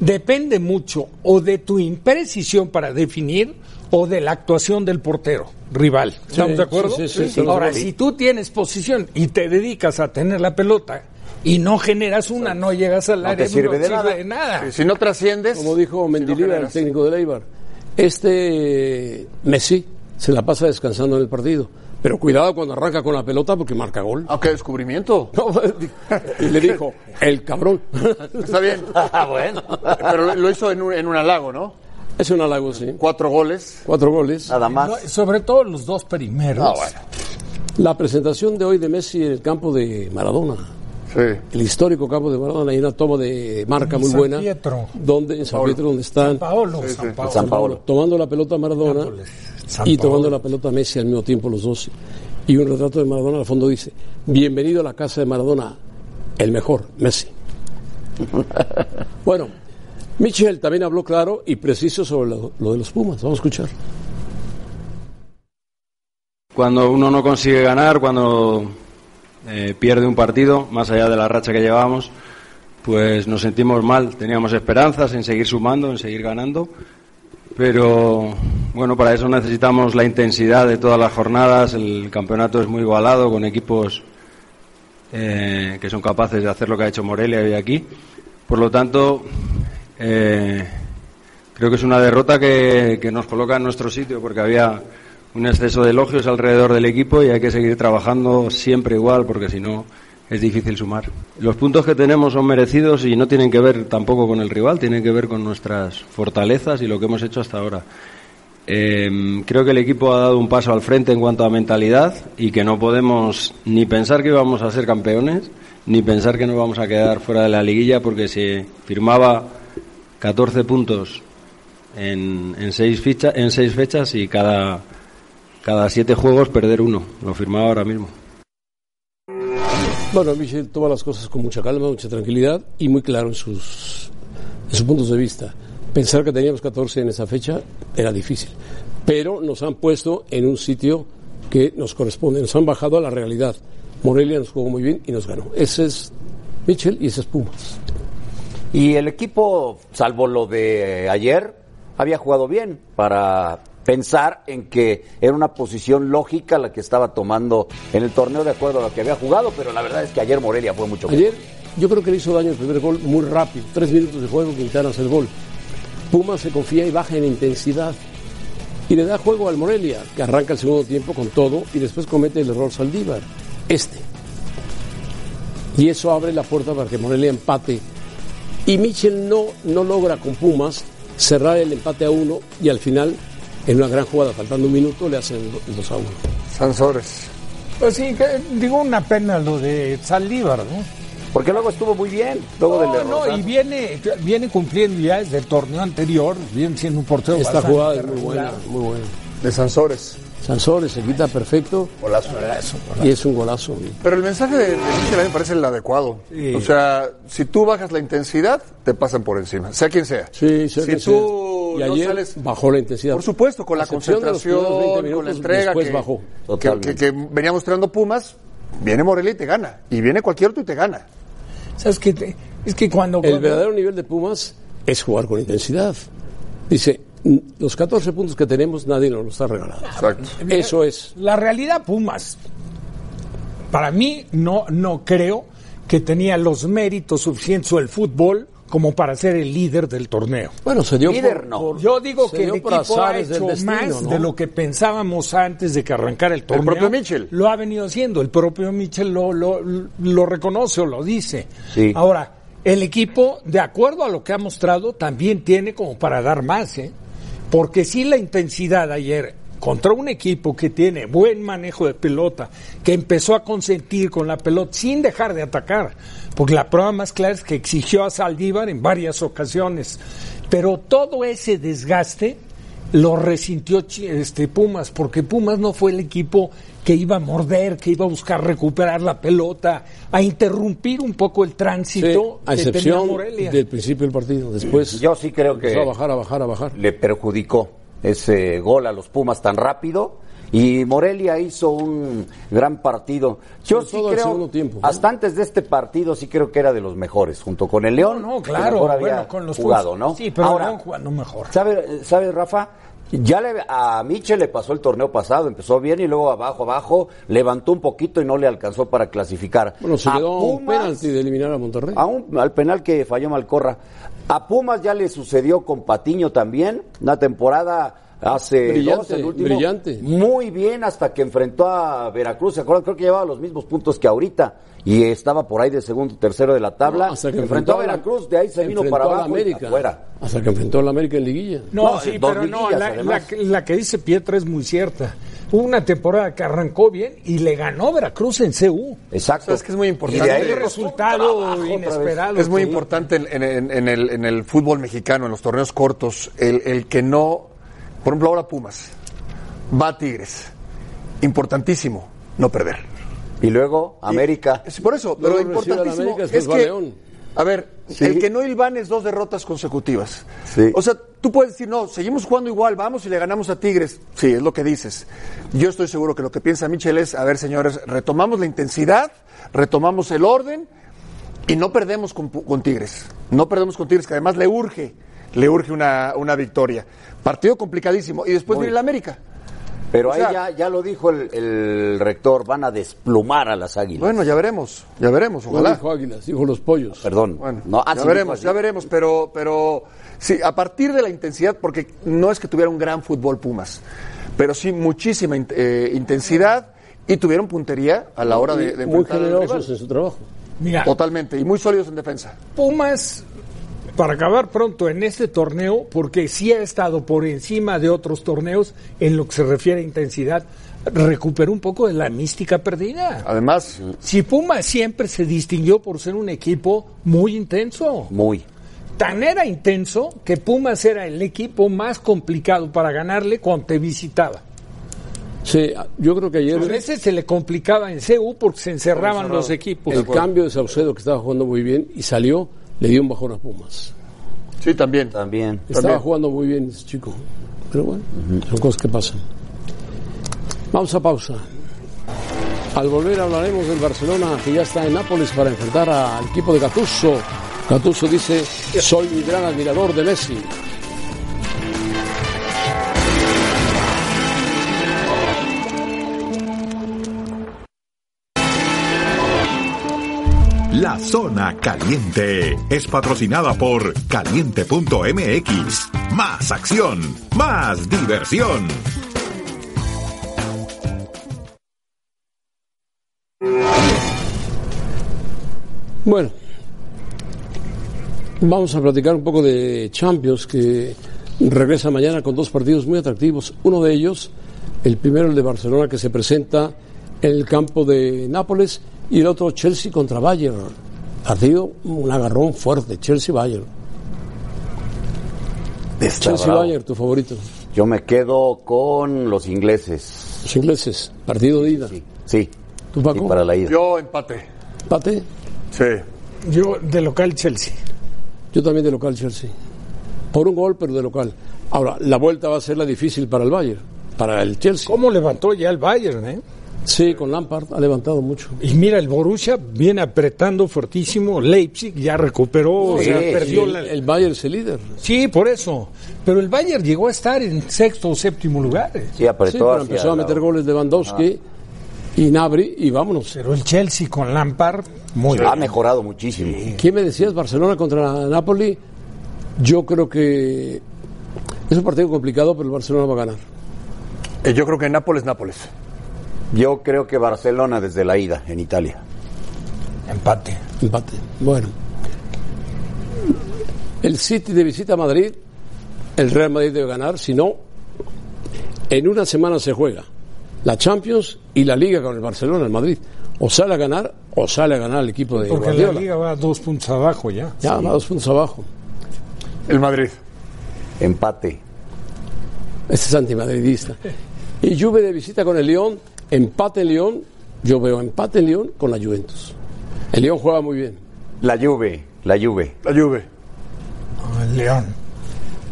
Speaker 5: depende mucho o de tu imprecisión para definir o de la actuación del portero rival. ¿Estamos
Speaker 2: Sí,
Speaker 5: de acuerdo?
Speaker 2: sí, sí, sí, estamos de
Speaker 5: Ahora,
Speaker 2: acuerdo.
Speaker 5: si tú tienes posesión y te dedicas a tener la pelota y no generas una, no llegas al
Speaker 4: No te
Speaker 5: área,
Speaker 4: sirve de nada.
Speaker 5: nada.
Speaker 3: Eh, si no trasciendes
Speaker 2: Como dijo
Speaker 3: si no
Speaker 2: Mendilibar, el
Speaker 3: generas.
Speaker 2: técnico de Leibar, este Messi se la pasa descansando en el partido. Pero cuidado cuando arranca con la pelota porque marca gol.
Speaker 3: Ah, qué descubrimiento
Speaker 2: No, y le dijo, el cabrón.
Speaker 3: está bien
Speaker 4: Ah, bueno.
Speaker 3: pero lo- lo hizo en un, en un halago no
Speaker 2: es un halago, sí.
Speaker 3: cuatro goles
Speaker 2: Cuatro goles.
Speaker 4: Nada más.
Speaker 5: No, sobre todo los dos primeros.
Speaker 2: La presentación de hoy de Messi en el campo de Maradona.
Speaker 3: sí
Speaker 2: El histórico campo de Maradona. Hay una toma de marca
Speaker 5: En
Speaker 2: muy
Speaker 5: San
Speaker 2: buena.
Speaker 5: Pietro.
Speaker 2: Donde, en San Pietro, donde están
Speaker 5: Paolo, San Paolo.
Speaker 4: San Paolo.
Speaker 2: tomando la pelota Maradona
Speaker 5: San
Speaker 2: y
Speaker 5: Paolo.
Speaker 2: tomando la pelota Messi al mismo tiempo los dos. Y un retrato de Maradona al fondo dice, bienvenido a la casa de Maradona, el mejor, Messi. bueno, Michel también habló claro y preciso sobre lo, lo de los Pumas. Vamos a escuchar.
Speaker 9: Cuando uno no consigue ganar, cuando eh, pierde un partido, más allá de la racha que llevábamos, pues nos sentimos mal. Teníamos esperanzas en seguir sumando, en seguir ganando, pero bueno, para eso necesitamos la intensidad de todas las jornadas. El campeonato es muy igualado con equipos eh, que son capaces de hacer lo que ha hecho Morelia hoy aquí. Por lo tanto, eh, creo que es una derrota que, que nos coloca en nuestro sitio porque había un exceso de elogios alrededor del equipo y hay que seguir trabajando siempre igual porque si no es difícil sumar. Los puntos que tenemos son merecidos y no tienen que ver tampoco con el rival, tienen que ver con nuestras fortalezas y lo que hemos hecho hasta ahora. Eh, creo que el equipo ha dado un paso al frente en cuanto a mentalidad y que no podemos ni pensar que íbamos a ser campeones ni pensar que nos vamos a quedar fuera de la liguilla porque se firmaba 14 puntos en, en, seis, ficha- en seis fechas y cada, cada siete juegos perder uno. Lo firmaba ahora mismo.
Speaker 2: Bueno, Michel toma las cosas con mucha calma, mucha tranquilidad y muy claro en sus, en sus puntos de vista. Pensar que teníamos 14 en esa fecha era difícil, pero nos han puesto en un sitio que nos corresponde, nos han bajado a la realidad. Morelia nos jugó muy bien y nos ganó. Ese es Michel y ese es Pumas.
Speaker 4: Y el equipo, salvo lo de ayer, había jugado bien para pensar en que era una posición lógica la que estaba tomando en el torneo de acuerdo a lo que había jugado, pero la verdad es que ayer Morelia fue mucho mejor.
Speaker 2: Ayer yo creo que le hizo daño el primer gol muy rápido, tres minutos de juego, Quintana hace el gol. Pumas se confía y baja en intensidad y le da juego al Morelia, que arranca el segundo tiempo con todo y después comete el error Saldívar, este. Y eso abre la puerta para que Morelia empate. Y Michel no, no logra con Pumas cerrar el empate a uno y al final, en una gran jugada, faltando un minuto, le hacen el 2 a 1.
Speaker 3: Sansores
Speaker 5: Pues sí, que- digo una pena lo de Saldívar, ¿no?
Speaker 4: Porque luego estuvo muy bien, luego del
Speaker 5: No,
Speaker 4: error.
Speaker 5: no, y viene, viene cumpliendo ya desde el torneo anterior, viene siendo un portero
Speaker 2: Esta
Speaker 5: bastante
Speaker 2: jugada es muy buena,
Speaker 5: regular.
Speaker 2: muy buena.
Speaker 3: de Sansores
Speaker 2: Sansores se quita perfecto y es un golazo.
Speaker 3: Pero el mensaje de, de Michel a mí me parece el adecuado. O sea, si tú bajas la intensidad, te pasan por encima, sea quien sea.
Speaker 2: Sí, sí,
Speaker 3: si
Speaker 2: que
Speaker 3: tú
Speaker 2: sí. y
Speaker 3: no
Speaker 2: ayer
Speaker 3: sales-
Speaker 2: bajó la intensidad.
Speaker 3: Por supuesto, con
Speaker 2: A
Speaker 3: la
Speaker 2: excepción de los
Speaker 3: concentración,
Speaker 2: primeros 20
Speaker 3: con la
Speaker 2: minutos,
Speaker 3: entrega
Speaker 2: después
Speaker 3: que,
Speaker 2: bajó.
Speaker 3: que,
Speaker 4: Totalmente.
Speaker 3: que- que venía mostrando Pumas, viene Morelia y te gana. Y viene cualquier otro y te gana.
Speaker 5: ¿Sabes qué? Te- Es que cuando...
Speaker 2: El verdadero nivel de Pumas es jugar con intensidad. Dice, "N- los 14 puntos que tenemos nadie nos los está regalando.
Speaker 3: Exacto.
Speaker 2: Eso es.
Speaker 5: La realidad Pumas, para mí no, no creo que tenía los méritos suficientes o el fútbol como para ser el líder del torneo.
Speaker 2: Bueno, se dio
Speaker 4: Líder,
Speaker 2: por-
Speaker 4: no.
Speaker 2: por-
Speaker 5: Yo digo
Speaker 2: se
Speaker 5: que el
Speaker 2: dio por
Speaker 5: equipo ha
Speaker 2: azares del
Speaker 5: hecho
Speaker 2: destino,
Speaker 5: más
Speaker 2: ¿no?
Speaker 5: de lo que pensábamos antes de que arrancara el torneo.
Speaker 3: propio Mitchell.
Speaker 5: Lo ha venido haciendo, el propio Mitchell lo, lo, lo reconoce o lo dice.
Speaker 4: Sí.
Speaker 5: Ahora, el equipo, de acuerdo a lo que ha mostrado, también tiene como para dar más, ¿eh? Porque sí la intensidad ayer contra un equipo que tiene buen manejo de pelota, que empezó a consentir con la pelota sin dejar de atacar, porque la prueba más clara es que exigió a Saldívar en varias ocasiones, pero todo ese desgaste lo resintió Chi- este Pumas, porque Pumas no fue el equipo que iba a morder, que iba a buscar recuperar la pelota, a interrumpir un poco el tránsito
Speaker 2: a
Speaker 5: que
Speaker 2: excepción
Speaker 5: tenía Morelia.
Speaker 2: del principio del partido. Después
Speaker 4: Yo sí creo que
Speaker 2: empezó a bajar, a bajar, a bajar.
Speaker 4: le perjudicó ese gol a los Pumas tan rápido. Y Morelia hizo un gran partido. Yo
Speaker 2: Sobre
Speaker 4: sí
Speaker 2: todo al
Speaker 4: creo,
Speaker 2: segundo tiempo, ¿no?
Speaker 4: hasta antes de este partido, sí creo que era de los mejores, junto con el León.
Speaker 5: No,
Speaker 4: que
Speaker 5: claro,
Speaker 4: mejor había
Speaker 5: bueno, con los
Speaker 4: jugado,
Speaker 5: Pumas.
Speaker 4: ¿no?
Speaker 5: Sí, pero
Speaker 4: Ahora,
Speaker 5: León jugando mejor.
Speaker 4: ¿Sabe, sabe, Rafa? Ya le- a Michel le pasó el torneo pasado, empezó bien y luego abajo, abajo, levantó un poquito y no le alcanzó para clasificar.
Speaker 2: Bueno, se
Speaker 4: A
Speaker 2: le dio un
Speaker 4: Pumas,
Speaker 2: penalti de eliminar a Monterrey.
Speaker 4: a un- al penal que falló Malcorra. A Pumas ya le sucedió con Patiño también, una temporada hace
Speaker 2: Brillante,
Speaker 4: dos, el último.
Speaker 2: brillante.
Speaker 4: Muy bien hasta que enfrentó a Veracruz, ¿se acuerdan? Creo que llevaba los mismos puntos que ahorita y estaba por ahí de segundo, tercero de la tabla.
Speaker 2: No, hasta que
Speaker 4: enfrentó a
Speaker 2: la-
Speaker 4: Veracruz, de ahí se vino
Speaker 2: enfrentó
Speaker 4: para
Speaker 2: a la
Speaker 4: abajo y
Speaker 2: América.
Speaker 4: afuera.
Speaker 2: Hasta que enfrentó a la América en liguilla.
Speaker 5: No,
Speaker 4: No,
Speaker 5: sí,
Speaker 4: dos
Speaker 5: pero no,
Speaker 4: liguillas,
Speaker 5: la,
Speaker 4: además.
Speaker 5: la que- la que dice Pietra es muy cierta. Hubo una temporada que arrancó bien y le ganó Veracruz en CU.
Speaker 4: Exacto.
Speaker 3: Es que es muy importante.
Speaker 4: Y de ahí
Speaker 5: El
Speaker 3: le costó
Speaker 5: resultado
Speaker 4: otra vez.
Speaker 5: inesperado.
Speaker 3: Es muy
Speaker 5: sí.
Speaker 3: importante en, en- en- en el, en el fútbol mexicano, en los torneos cortos, el, el que no. Por ejemplo, ahora Pumas. Va a Tigres. Importantísimo no perder.
Speaker 4: Y luego América.
Speaker 3: Es por eso,
Speaker 2: Luego
Speaker 3: pero
Speaker 2: recibe a la
Speaker 3: importantísimo
Speaker 2: América, después
Speaker 3: es
Speaker 2: va a
Speaker 3: que.
Speaker 2: León.
Speaker 3: A ver,
Speaker 4: Sí.
Speaker 3: el que no es dos derrotas consecutivas.
Speaker 4: Sí.
Speaker 3: O sea, tú puedes decir, no, seguimos jugando igual, vamos y le ganamos a Tigres. Sí, es lo que dices. Yo estoy seguro que lo que piensa Michel es, a ver, señores, retomamos la intensidad, retomamos el orden y no perdemos con, Pu- con Tigres. No perdemos con Tigres, que además le urge, le urge una, una victoria. Partido complicadísimo. Y después viene el América.
Speaker 4: Pero
Speaker 3: O
Speaker 4: ahí
Speaker 3: sea-
Speaker 4: ya, ya lo dijo el, el rector, van a desplumar a las águilas.
Speaker 3: Bueno, ya veremos, ya veremos,
Speaker 2: No
Speaker 3: ojalá.
Speaker 2: dijo Águilas, dijo los pollos.
Speaker 4: Perdón.
Speaker 3: Bueno,
Speaker 4: No, ah,
Speaker 3: ya
Speaker 4: sí,
Speaker 3: veremos,
Speaker 4: dijo
Speaker 3: ya
Speaker 4: así.
Speaker 3: veremos, pero, pero sí, a partir de la intensidad, porque no es que tuviera un gran fútbol Pumas, pero sí muchísima in- eh, intensidad y tuvieron puntería a la hora de, de
Speaker 2: Muy
Speaker 3: enfrentar al
Speaker 2: generosos
Speaker 3: rival.
Speaker 2: en su trabajo.
Speaker 5: Mira,
Speaker 3: Totalmente, y muy sólidos en defensa.
Speaker 5: Pumas, para acabar pronto en este torneo, porque sí ha estado por encima de otros torneos en lo que se refiere a intensidad, recuperó un poco de la mística perdida.
Speaker 3: Además,
Speaker 5: Si Pumas siempre se distinguió por ser un equipo muy intenso.
Speaker 4: Muy.
Speaker 5: Tan era intenso que Pumas era el equipo más complicado para ganarle cuando te visitaba.
Speaker 2: Sí, yo creo que
Speaker 5: A
Speaker 2: ayer
Speaker 5: veces se le complicaba en CU porque se encerraban los equipos.
Speaker 2: el cambio de Saucedo, que estaba jugando muy bien y salió, le dio un bajón a Pumas.
Speaker 3: sí, también.
Speaker 4: También.
Speaker 2: Estaba jugando muy bien ese chico. Pero bueno, son cosas que pasan. Vamos a pausa. Al volver hablaremos del Barcelona que ya está en Nápoles para enfrentar al equipo de Gattuso. Gattuso dice, soy mi gran admirador de Messi.
Speaker 10: La Zona Caliente es patrocinada por caliente.mx. Más acción, más diversión.
Speaker 2: Bueno, vamos a platicar un poco de Champions que regresa mañana con dos partidos muy atractivos. Uno de ellos, el primero el de Barcelona que se presenta en el campo de Nápoles y el otro Chelsea contra Bayern. Partido un agarrón fuerte, Chelsea Bayern.
Speaker 4: Está
Speaker 2: Chelsea
Speaker 4: bravo.
Speaker 2: Bayern, tu favorito.
Speaker 4: Yo me quedo con los ingleses.
Speaker 2: Los ingleses, partido de ida.
Speaker 4: Sí. Sí.
Speaker 2: ¿Tú, Paco?
Speaker 4: Sí, para la ida.
Speaker 3: Yo empate.
Speaker 2: Pate,
Speaker 3: Sí.
Speaker 5: Yo, de local Chelsea.
Speaker 2: yo también de local Chelsea. Por un gol, pero de local. Ahora, la vuelta va a ser la difícil para el Bayern, para el Chelsea.
Speaker 5: ¿Cómo levantó ya el Bayern, eh?
Speaker 2: Sí, con Lampard ha levantado mucho.
Speaker 5: Y mira, el Borussia viene apretando fuertísimo. Leipzig ya recuperó, o sea,
Speaker 4: sí,
Speaker 5: perdió
Speaker 2: el,
Speaker 5: la-
Speaker 2: el Bayern es el líder.
Speaker 5: Sí, por eso. Pero el Bayern llegó a estar en sexto o séptimo lugar. eh.
Speaker 4: Sí, apretó
Speaker 2: Sí, pero
Speaker 4: hacia Ah.
Speaker 2: empezó a
Speaker 4: la-
Speaker 2: meter goles de Lewandowski Y Nabri, y vámonos.
Speaker 5: Pero el Chelsea con Lampard, muy
Speaker 2: Ah,
Speaker 4: Ha
Speaker 5: bien.
Speaker 4: mejorado muchísimo.
Speaker 2: ¿Quién me decías? Barcelona contra Napoli. Yo creo que es un partido complicado, pero el Barcelona va a ganar.
Speaker 3: Eh, Yo creo que Nápoles, Nápoles.
Speaker 4: Yo creo que Barcelona desde la ida en Italia.
Speaker 5: Empate.
Speaker 2: Empate. Bueno. El City de visita a Madrid, el Real Madrid debe ganar, si no, en una semana se juega la Champions y la Liga con el Barcelona, el Madrid. O sale a ganar o sale a ganar el equipo de
Speaker 5: Porque la
Speaker 2: Guardiola.
Speaker 5: liga va dos puntos abajo ya.
Speaker 2: Ya, va dos puntos abajo.
Speaker 3: El Madrid.
Speaker 4: Empate.
Speaker 2: Este es antimadridista. Y Juve de visita con el León, empate en León, yo veo empate en León con la Juventus. El León juega muy bien.
Speaker 4: La Juve, la Juve.
Speaker 3: La Juve.
Speaker 5: Ah, el León.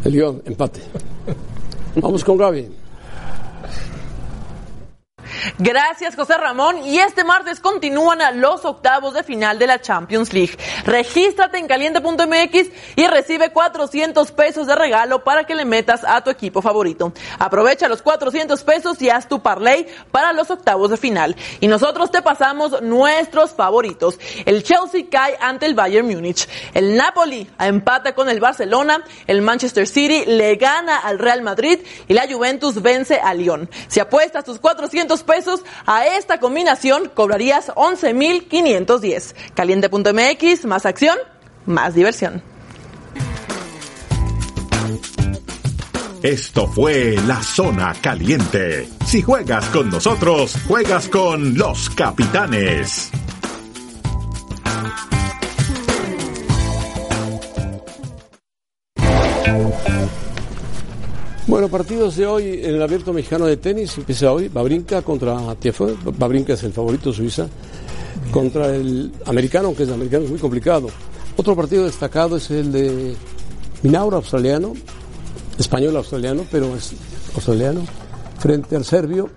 Speaker 2: El León, empate. Vamos con Gaby.
Speaker 11: Gracias, José Ramón. Y este martes continúan a los octavos de final de la Champions League. Regístrate en caliente.mx y recibe 400 pesos de regalo para que le metas a tu equipo favorito. Aprovecha los 400 pesos y haz tu parlay para los octavos de final. Y nosotros te pasamos nuestros favoritos. El Chelsea cae ante el Bayern Múnich. El Napoli empata con el Barcelona. El Manchester City le gana al Real Madrid y la Juventus vence a Lyon. Si apuestas tus 400 pesos a esta combinación, cobrarías 11,510. Caliente.mx, más acción, más diversión.
Speaker 10: Esto fue La Zona Caliente. Si juegas con nosotros, juegas con los capitanes.
Speaker 2: Bueno, partidos de hoy en el Abierto Mexicano de Tenis. Empieza hoy Babrinka contra Tiafoe. Babrinka es el favorito de Suiza. Contra el americano, aunque el americano es muy complicado. Otro partido destacado es el de Minauro, australiano. Español australiano, pero es australiano. Frente al serbio,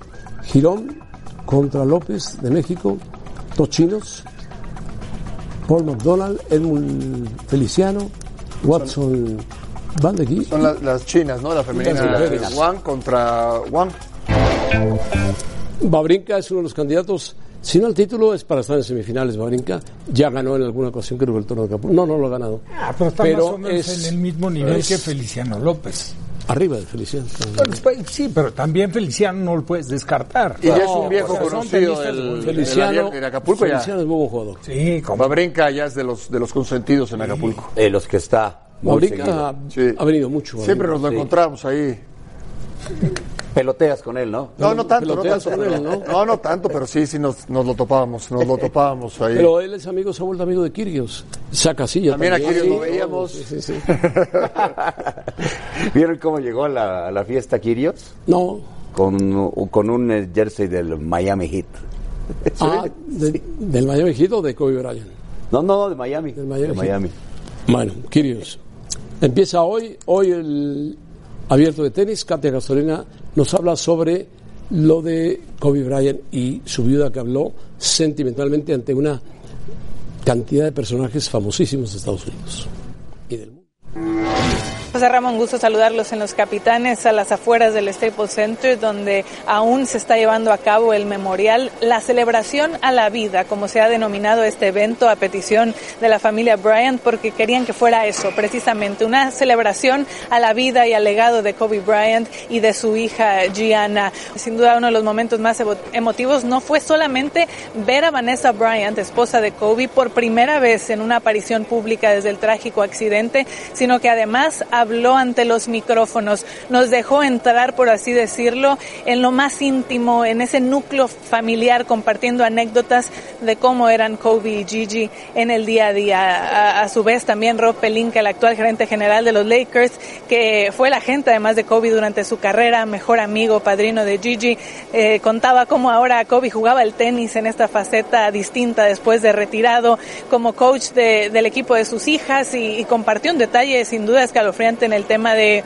Speaker 2: Girón contra López de México. Tochinos, Paul McDonald, Edmund Feliciano, Watson Van de Gieck.
Speaker 3: Son las, las chinas, ¿no? La femenina.
Speaker 2: Las mujeres.
Speaker 3: Wang contra Wang.
Speaker 2: Babrinka es uno de los candidatos. Si no el título es para estar en semifinales, Babrinka. Ya ganó en alguna ocasión, creo que el Toro de Acapulco. No, no lo ha ganado.
Speaker 5: Ah, pero está
Speaker 2: Pero
Speaker 5: más o menos
Speaker 2: es-
Speaker 5: en el mismo nivel
Speaker 2: es-
Speaker 5: que Feliciano López.
Speaker 2: Arriba de Feliciano.
Speaker 5: Bueno, pues, Sí, pero también Feliciano no lo puedes descartar.
Speaker 3: Y ya es un viejo
Speaker 5: o sea, son
Speaker 3: conocido.
Speaker 5: tenistas
Speaker 3: El, el
Speaker 2: Feliciano,
Speaker 3: abierto de Acapulco ya.
Speaker 2: Feliciano es muy buen jugador.
Speaker 5: Sí, como
Speaker 3: Babrinka ya es de los, de los consentidos en Acapulco.
Speaker 4: De los que está. muy
Speaker 2: Babrinka
Speaker 4: seguido.
Speaker 2: ha,
Speaker 3: Sí.
Speaker 2: ha venido mucho.
Speaker 3: Siempre
Speaker 2: Babrinka.
Speaker 3: nos lo encontramos ahí.
Speaker 4: Peloteas con él, ¿no?
Speaker 3: No, no tanto, no
Speaker 2: Peloteas
Speaker 3: tanto.
Speaker 2: con él,
Speaker 3: pero-
Speaker 2: ¿no?
Speaker 3: No, no tanto, pero sí, sí nos, nos lo topábamos, nos lo topábamos ahí.
Speaker 2: Pero él es amigo, se ha vuelto amigo de Kirgios. Saca silla.
Speaker 3: También a Kyrgios lo
Speaker 2: Sí,
Speaker 3: veíamos.
Speaker 2: sí, sí, sí.
Speaker 4: ¿Vieron cómo llegó a la, a la fiesta Kirios?
Speaker 2: No.
Speaker 4: Con, con un eh, jersey del Miami Heat.
Speaker 2: Ah, de- del Miami Heat o de Kobe Bryant.
Speaker 4: No, no, de Miami.
Speaker 2: Del Miami
Speaker 4: De
Speaker 2: Heat. Bueno, Kirios. Empieza hoy, hoy el abierto de tenis. Katia Gasolina nos habla sobre lo de Kobe Bryant y su viuda que habló sentimentalmente ante una cantidad de personajes famosísimos de Estados Unidos y del mundo.
Speaker 12: José Ramón, gusto saludarlos en Los Capitanes, a las afueras del Staples Center, donde aún se está llevando a cabo el memorial, la celebración a la vida, como se ha denominado este evento a petición de la familia Bryant, porque querían que fuera eso, precisamente, una celebración a la vida y al legado de Kobe Bryant y de su hija Gianna. Sin duda, uno de los momentos más evo- emotivos no fue solamente ver a Vanessa Bryant, esposa de Kobe, por primera vez en una aparición pública desde el trágico accidente, sino que además habló ante los micrófonos, nos dejó entrar, por así decirlo, en lo más íntimo, en ese núcleo familiar, compartiendo anécdotas de cómo eran Kobe y Gigi en el día a día. A, a su vez, también Rob Pelinka, el actual gerente general de los Lakers, que fue el agente además de Kobe durante su carrera, mejor amigo, padrino de Gigi, eh, contaba cómo ahora Kobe jugaba el tenis en esta faceta distinta después de retirado como coach de- del equipo de sus hijas y- y compartió un detalle sin duda escalofriante en el tema de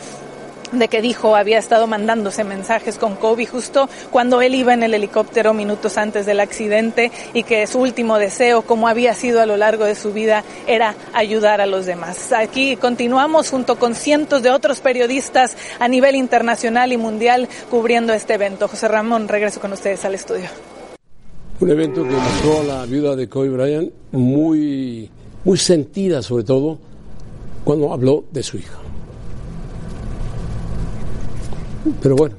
Speaker 12: de que dijo había estado mandándose mensajes con Kobe justo cuando él iba en el helicóptero minutos antes del accidente y que su último deseo, como había sido a lo largo de su vida, era ayudar a los demás. Aquí continuamos junto con cientos de otros periodistas a nivel internacional y mundial cubriendo este evento. José Ramón, regreso con ustedes al estudio.
Speaker 2: Un evento que mostró a la viuda de Kobe Bryant muy, muy sentida, sobre todo cuando habló de su hija. Pero bueno,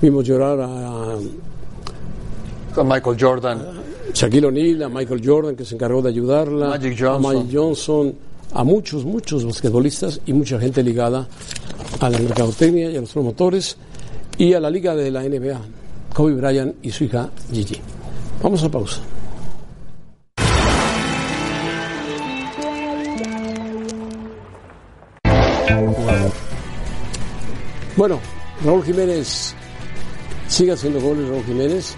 Speaker 2: vimos llorar a
Speaker 3: Con Michael Jordan.
Speaker 2: Shaquille O'Neal, a Michael Jordan, que se encargó de ayudarla,
Speaker 3: Magic Johnson.
Speaker 2: a Magic Johnson, a muchos, muchos basquetbolistas y mucha gente ligada a la mercadotecnia y a los promotores y a la liga de la NBA, Kobe Bryant y su hija Gigi. Vamos a pausa. Bueno, Raúl Jiménez sigue haciendo goles, Raúl Jiménez.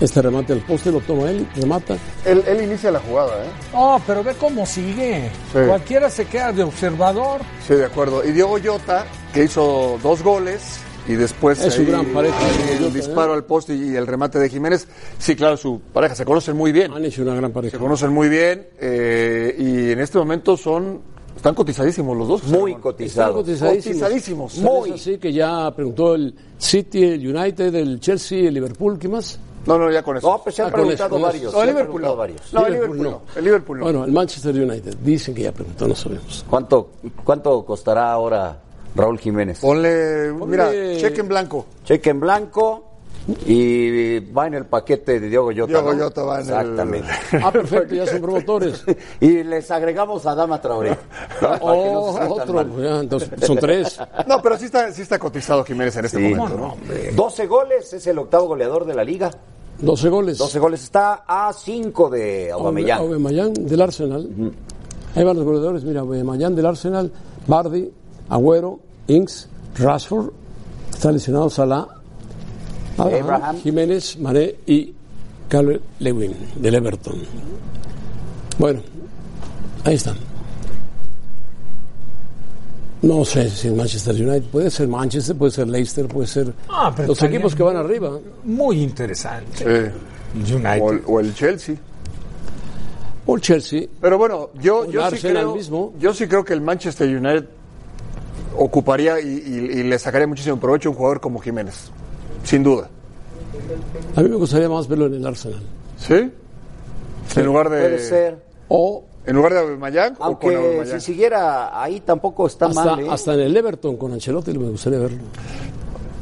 Speaker 2: Este remate al poste lo toma él, remata.
Speaker 3: Él, él inicia la jugada, ¿eh?
Speaker 5: No, pero ve cómo sigue.
Speaker 3: Sí.
Speaker 5: Cualquiera se queda de observador.
Speaker 3: Sí, de acuerdo. Y Diego Llota, que hizo dos goles y después
Speaker 5: Es su gran pareja,
Speaker 3: ahí
Speaker 5: Diego
Speaker 3: el
Speaker 5: Llota,
Speaker 3: disparo al poste y el remate de Jiménez. Sí, claro, su pareja se conocen muy bien. Han
Speaker 2: hecho una gran pareja.
Speaker 3: Se conocen muy bien eh, y en este momento son están cotizadísimos los dos. Muy
Speaker 2: Están cotizadísimos. Muy.
Speaker 3: Muy.
Speaker 2: Así que ya preguntó el City, el United, el Chelsea, el Liverpool, ¿qué más? Ah,
Speaker 3: No, no, ya con eso.
Speaker 2: No,
Speaker 3: No, pues se han preguntado varios, se han preguntado varios. No, el Liverpool no, el Liverpool no.
Speaker 2: Bueno, el Manchester United. Dicen que ya preguntó, no sabemos.
Speaker 4: ¿Cuánto, cuánto costará ahora Raúl Jiménez?
Speaker 3: Ponle, mira, cheque en blanco.
Speaker 4: Cheque en blanco y va en el paquete de Diogo Llota.
Speaker 3: Diogo
Speaker 4: ¿no?
Speaker 3: Llota va en el-
Speaker 4: Exactamente.
Speaker 2: Ah, perfecto, ya son promotores.
Speaker 4: Y les agregamos a Dama Traoré. Para que no
Speaker 2: Oh,
Speaker 4: se sientan
Speaker 2: otro.
Speaker 4: mal.
Speaker 2: pues ya, entonces, son tres.
Speaker 3: No, pero sí está, sí está cotizado Jiménez en este
Speaker 4: Sí.
Speaker 3: momento.
Speaker 4: No, no,
Speaker 3: ¿no?
Speaker 4: 12 goles, es el octavo goleador de la liga.
Speaker 2: 12 goles.
Speaker 4: 12 goles, está a 5 de Aubameyang.
Speaker 2: Aubameyang del Arsenal. Ahí van los goleadores. Mira, Aubameyang del Arsenal, Bardi, Agüero, Inks, Rashford, está lesionado Salah, Abraham,
Speaker 4: Abraham.
Speaker 2: Jiménez, Mané y Carl Lewin del Everton. Bueno, ahí están. No sé si es Manchester United, puede ser Manchester, puede ser Leicester, puede ser
Speaker 5: Ah, pero
Speaker 2: los
Speaker 5: estaría
Speaker 2: equipos que van arriba.
Speaker 5: Muy interesante.
Speaker 3: O, el, o el Chelsea.
Speaker 2: O el Chelsea.
Speaker 3: Pero bueno, yo, yo, sí
Speaker 2: Arsenal
Speaker 3: creo, yo sí creo que el Manchester United ocuparía y, y- y le sacaría muchísimo provecho a un jugador como Jiménez. Sin duda.
Speaker 2: A mí me gustaría más verlo en el Arsenal.
Speaker 3: ¿Sí? En lugar de.
Speaker 4: Puede ser.
Speaker 2: O
Speaker 3: En lugar de Aubameyang o con
Speaker 4: Aunque
Speaker 3: Aubameyang.
Speaker 4: si siguiera ahí tampoco está
Speaker 2: hasta,
Speaker 4: mal. ¿eh?
Speaker 2: hasta en el Everton con Ancelotti me gustaría verlo.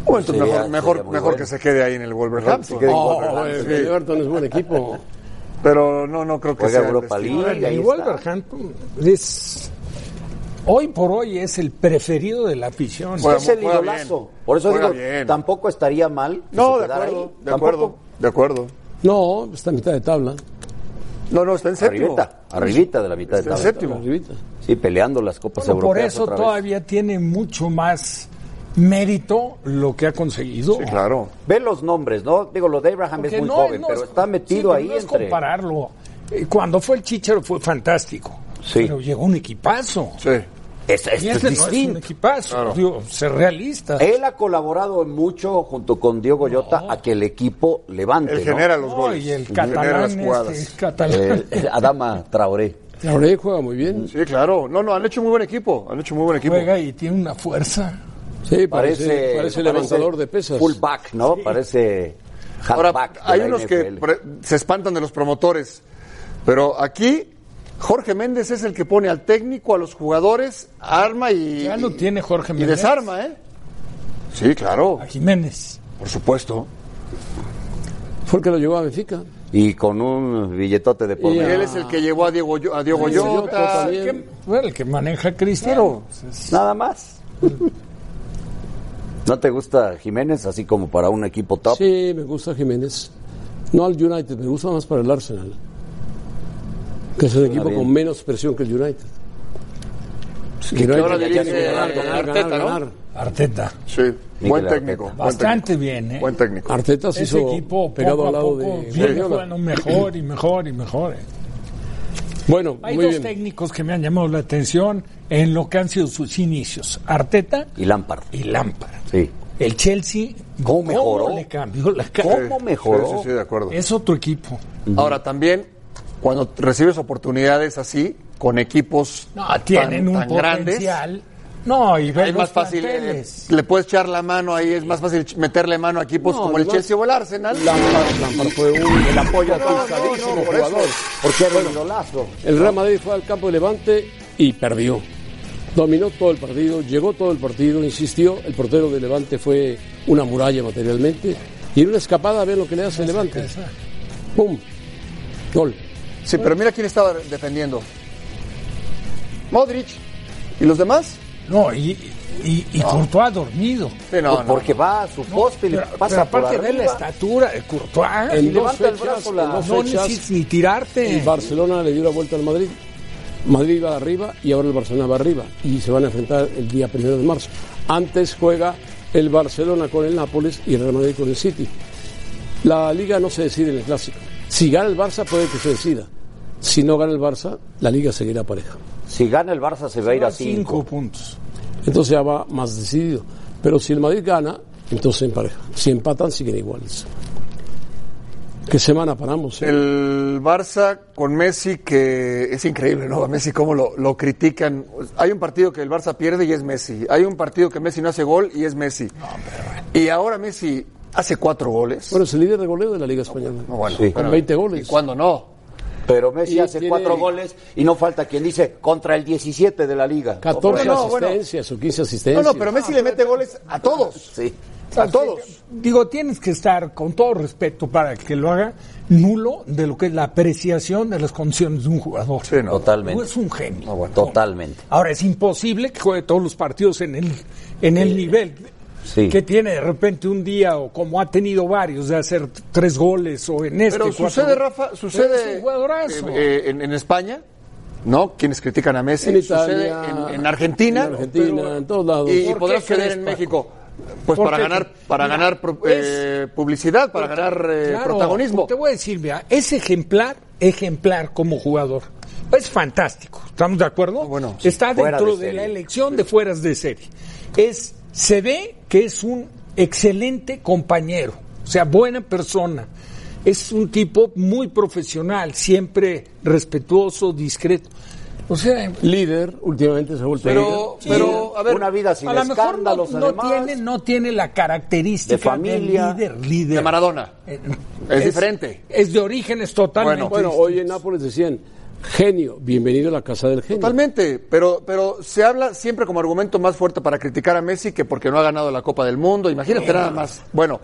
Speaker 3: Bueno, entonces
Speaker 2: Sería-
Speaker 3: mejor, mejor,
Speaker 2: sería muy
Speaker 3: mejor
Speaker 2: bueno.
Speaker 3: que se quede ahí en el Wolverhampton.
Speaker 2: Que quede en Oh, Wolverhampton. el Everton es buen equipo.
Speaker 3: Pero no, no creo que
Speaker 4: Juega
Speaker 3: sea. el
Speaker 4: Europa
Speaker 3: destino.
Speaker 4: League,
Speaker 5: Y Wolverhampton es. Hoy por hoy es el preferido de la afición.
Speaker 4: Es el idolazo. Por eso digo, tampoco estaría mal. que
Speaker 3: No,
Speaker 4: se
Speaker 3: de
Speaker 4: quedara
Speaker 3: acuerdo,
Speaker 4: ahí.
Speaker 3: de acuerdo, de acuerdo.
Speaker 2: No, está a mitad de tabla.
Speaker 3: No, no, está en séptimo.
Speaker 4: Arribita, arribita de la mitad
Speaker 3: Está
Speaker 4: de
Speaker 3: en
Speaker 4: tabla.
Speaker 3: séptimo.
Speaker 4: Sí, peleando las copas
Speaker 5: Bueno, por
Speaker 4: europeas
Speaker 5: eso
Speaker 4: otra vez.
Speaker 5: todavía tiene mucho más mérito lo que ha conseguido.
Speaker 3: claro.
Speaker 4: Ve los nombres, ¿no? Digo, lo de Abraham
Speaker 5: Porque
Speaker 4: es muy
Speaker 5: no,
Speaker 4: joven,
Speaker 5: no
Speaker 4: pero
Speaker 5: es-
Speaker 4: está metido
Speaker 5: sí,
Speaker 4: ahí
Speaker 5: pero no es
Speaker 4: entre...
Speaker 5: compararlo. Eh, Cuando fue el Chicharo fue fantástico.
Speaker 4: Sí.
Speaker 5: Pero llegó un equipazo.
Speaker 3: Sí.
Speaker 4: Este,
Speaker 5: Y
Speaker 4: este es
Speaker 5: este no es un
Speaker 4: distinto.
Speaker 5: equipazo. Digo, ser realista.
Speaker 4: Él ha colaborado mucho junto con Diego Llota a que el equipo levante.
Speaker 5: Él
Speaker 4: ¿no?
Speaker 5: genera los No, goles. y el
Speaker 4: Genera
Speaker 5: catalán
Speaker 4: las
Speaker 5: este,
Speaker 4: jugadas.
Speaker 5: el catalán.
Speaker 4: El- Eh, Adama Traoré.
Speaker 2: Traoré juega muy bien.
Speaker 3: Sí, claro. No, no, han hecho muy buen equipo. Han hecho muy buen equipo.
Speaker 5: Juega y tiene una fuerza.
Speaker 2: Sí,
Speaker 4: Parece, Fullback, ¿no? Parece
Speaker 3: Ahora,
Speaker 4: halfback. de
Speaker 3: hay
Speaker 4: la
Speaker 3: unos que
Speaker 5: e-
Speaker 4: NFL.
Speaker 3: pre- se espantan de los promotores, pero aquí Jorge Méndez es el que pone al técnico, a los jugadores, arma y. Ya lo
Speaker 5: tiene Jorge
Speaker 3: Y
Speaker 5: Méndez.
Speaker 3: desarma, ¿eh? Sí, claro. A
Speaker 5: Jiménez.
Speaker 3: Por supuesto.
Speaker 2: Fue el que lo llevó a Benfica.
Speaker 4: Y con un billetote de por
Speaker 3: Y
Speaker 4: medio.
Speaker 3: él es el que llevó a Diego, Yo- a Diego
Speaker 5: Sí,
Speaker 3: Llota.
Speaker 5: el que- bueno, el que maneja Cristiano. Entonces,
Speaker 4: Nada más. ¿No te gusta Jiménez así como para un equipo top?
Speaker 2: Sí, me gusta Jiménez. No al United, me gusta más para el Arsenal. Que es el equipo
Speaker 4: bien.
Speaker 2: con menos presión que el United.
Speaker 3: que
Speaker 2: United
Speaker 3: ahora
Speaker 2: ya
Speaker 3: dirige
Speaker 2: tiene que ganar, ganar,
Speaker 3: Arteta,
Speaker 2: ganar,
Speaker 3: ¿no?
Speaker 2: ganar.
Speaker 5: Arteta.
Speaker 3: Sí, buen técnico. buen
Speaker 5: Bastante bien, ¿eh?
Speaker 3: Buen técnico.
Speaker 2: Arteta se
Speaker 5: Ese
Speaker 2: hizo
Speaker 5: equipo
Speaker 2: pegado
Speaker 5: poco
Speaker 2: al
Speaker 5: a
Speaker 2: lado
Speaker 5: poco
Speaker 2: de
Speaker 5: viene
Speaker 2: Guardiola.
Speaker 5: jugando mejor y mejor y mejor. ¿eh?
Speaker 2: Bueno,
Speaker 5: Hay
Speaker 2: muy
Speaker 5: dos
Speaker 2: bien.
Speaker 5: técnicos que me han llamado la atención en lo que han sido sus inicios. Arteta
Speaker 4: Y Lampard.
Speaker 5: y Lampard.
Speaker 4: Sí.
Speaker 5: El Chelsea,
Speaker 4: ¿Cómo mejoró?
Speaker 5: ¿cómo le cambió la cara?
Speaker 4: ¿Cómo mejoró?
Speaker 3: Sí, sí, sí, de acuerdo.
Speaker 5: Es otro equipo.
Speaker 3: Ahora también, cuando recibes oportunidades así, con equipos
Speaker 5: No, tienen
Speaker 3: tan,
Speaker 5: un
Speaker 3: tan grandes,
Speaker 5: potencial No, y ver
Speaker 3: es
Speaker 5: los
Speaker 3: más fácil. eh,
Speaker 5: planteles.
Speaker 3: le puedes echar la mano ahí, es más fácil ch- meterle mano a equipos
Speaker 5: No,
Speaker 3: como el
Speaker 5: lo-
Speaker 3: Chelsea o el Arsenal.
Speaker 2: fue un- el apoyo
Speaker 3: No, no,
Speaker 2: cruzadísimo
Speaker 3: no, por eso.
Speaker 2: jugador.
Speaker 4: Porque era un golazo.
Speaker 2: El Real Madrid fue al campo de Levante y perdió. Dominó todo el partido, llegó todo el partido, insistió. El portero de Levante fue una muralla materialmente. Y en una escapada, ver lo que le hace Levante. ¡Pum! Gol.
Speaker 3: Sí, pero mira quién estaba defendiendo. Modric. ¿Y los demás?
Speaker 5: No, y, y, y Courtois dormido.
Speaker 3: no, no. Porque
Speaker 4: va a su poste y le pasa por
Speaker 5: aparte de la
Speaker 4: arriba.
Speaker 5: estatura de Courtois,
Speaker 2: En
Speaker 5: Ah, y
Speaker 2: dos
Speaker 5: levanta el
Speaker 2: fechas,
Speaker 5: brazo,
Speaker 2: en
Speaker 5: la-
Speaker 2: dos
Speaker 5: no
Speaker 2: fechas,
Speaker 5: necesitas ni tirarte.
Speaker 2: El Barcelona le dio la vuelta al Madrid. Madrid iba arriba y ahora el Barcelona va arriba. Y se van a enfrentar el día primero de marzo. Antes juega el Barcelona con el Nápoles y el Real Madrid con el City. La liga no se decide en el clásico. Si gana el Barça, puede que se decida. Si no gana el Barça, la liga seguirá pareja.
Speaker 4: Si gana el Barça se va a ir a
Speaker 2: cinco
Speaker 4: 5.
Speaker 5: puntos.
Speaker 2: Entonces ya va más decidido. Pero si el Madrid gana, entonces en pareja. Si empatan, siguen iguales. ¿Qué semana paramos? eh?
Speaker 3: El Barça con Messi, que es increíble, ¿no? A Messi, cómo lo, lo critican. Hay un partido que el Barça pierde y es Messi. Hay un partido que Messi no hace gol y es Messi. Y ahora Messi hace cuatro goles.
Speaker 2: Bueno, es el líder de goleo de la Liga Española.
Speaker 3: bueno,
Speaker 2: Sí.
Speaker 3: pero-
Speaker 2: Con 20 goles.
Speaker 3: ¿Cuándo no?
Speaker 4: Pero Messi
Speaker 2: Y
Speaker 4: hace
Speaker 2: tiene-
Speaker 4: cuatro goles y no falta quien dice contra el 17 de la liga.
Speaker 2: 14
Speaker 4: No, bueno,
Speaker 2: asistencias o 15
Speaker 3: No,
Speaker 2: asistencias.
Speaker 3: no, pero Messi le mete goles a todos.
Speaker 4: pues, Sí.
Speaker 3: A todos.
Speaker 5: Digo, tienes que estar, con todo respeto para el que lo haga, nulo de lo que es la apreciación de las condiciones de un jugador.
Speaker 4: Totalmente.
Speaker 5: No es un genio.
Speaker 4: Totalmente.
Speaker 5: Ahora, es imposible que juegue todos los partidos en el, en el nivel
Speaker 4: Sí.
Speaker 5: que tiene de repente un día, o como ha tenido varios, de hacer t- tres goles, o en este.
Speaker 3: Pero
Speaker 5: cuatro
Speaker 3: sucede,
Speaker 5: goles.
Speaker 3: Rafa,
Speaker 5: Es un
Speaker 3: sucede
Speaker 5: jugadorazo.
Speaker 3: eh, eh, en, en España, ¿no? Quienes critican a Messi.
Speaker 2: En
Speaker 3: sucede
Speaker 2: Italia,
Speaker 3: en, en Argentina.
Speaker 2: en Argentina, en todos lados.
Speaker 3: Y
Speaker 2: ¿Por
Speaker 3: podrá
Speaker 2: qué
Speaker 3: suceder
Speaker 2: crees,
Speaker 3: en
Speaker 2: Paco?
Speaker 3: México. Pues
Speaker 5: ¿Por
Speaker 3: para
Speaker 5: qué?
Speaker 3: ganar, para
Speaker 5: Mira,
Speaker 3: ganar pro-
Speaker 5: es-
Speaker 3: eh, publicidad, para ganar eh,
Speaker 5: Claro,
Speaker 3: protagonismo.
Speaker 5: Te voy a decir, mira, es ejemplar, ejemplar como jugador. Es fantástico, ¿estamos de acuerdo? Bueno, Está
Speaker 4: Ah, fuera
Speaker 5: dentro
Speaker 4: de
Speaker 5: de, la
Speaker 4: serie.
Speaker 5: elección de fueras de serie. Es, se ve que es un excelente compañero, o sea, buena persona. Es un tipo muy profesional, siempre respetuoso, discreto. O sea,
Speaker 2: Líder, últimamente se ha vuelto
Speaker 3: Pero,
Speaker 2: líder.
Speaker 3: pero, a ver,
Speaker 4: una vida sin
Speaker 5: a lo mejor no,
Speaker 4: escándalos
Speaker 5: no
Speaker 4: además.
Speaker 5: tiene, no tiene la característica
Speaker 4: De familia,
Speaker 5: del líder, líder.
Speaker 3: de Maradona.
Speaker 5: Eh,
Speaker 3: Es diferente.
Speaker 5: Es de orígenes totalmente.
Speaker 2: Bueno,
Speaker 5: distintos.
Speaker 2: hoy en Nápoles decían, genio, bienvenido a la casa del genio.
Speaker 3: Totalmente, pero, pero se habla siempre como argumento más fuerte para criticar a Messi que porque no ha ganado la Copa del Mundo. Imagínate nada más. Bueno,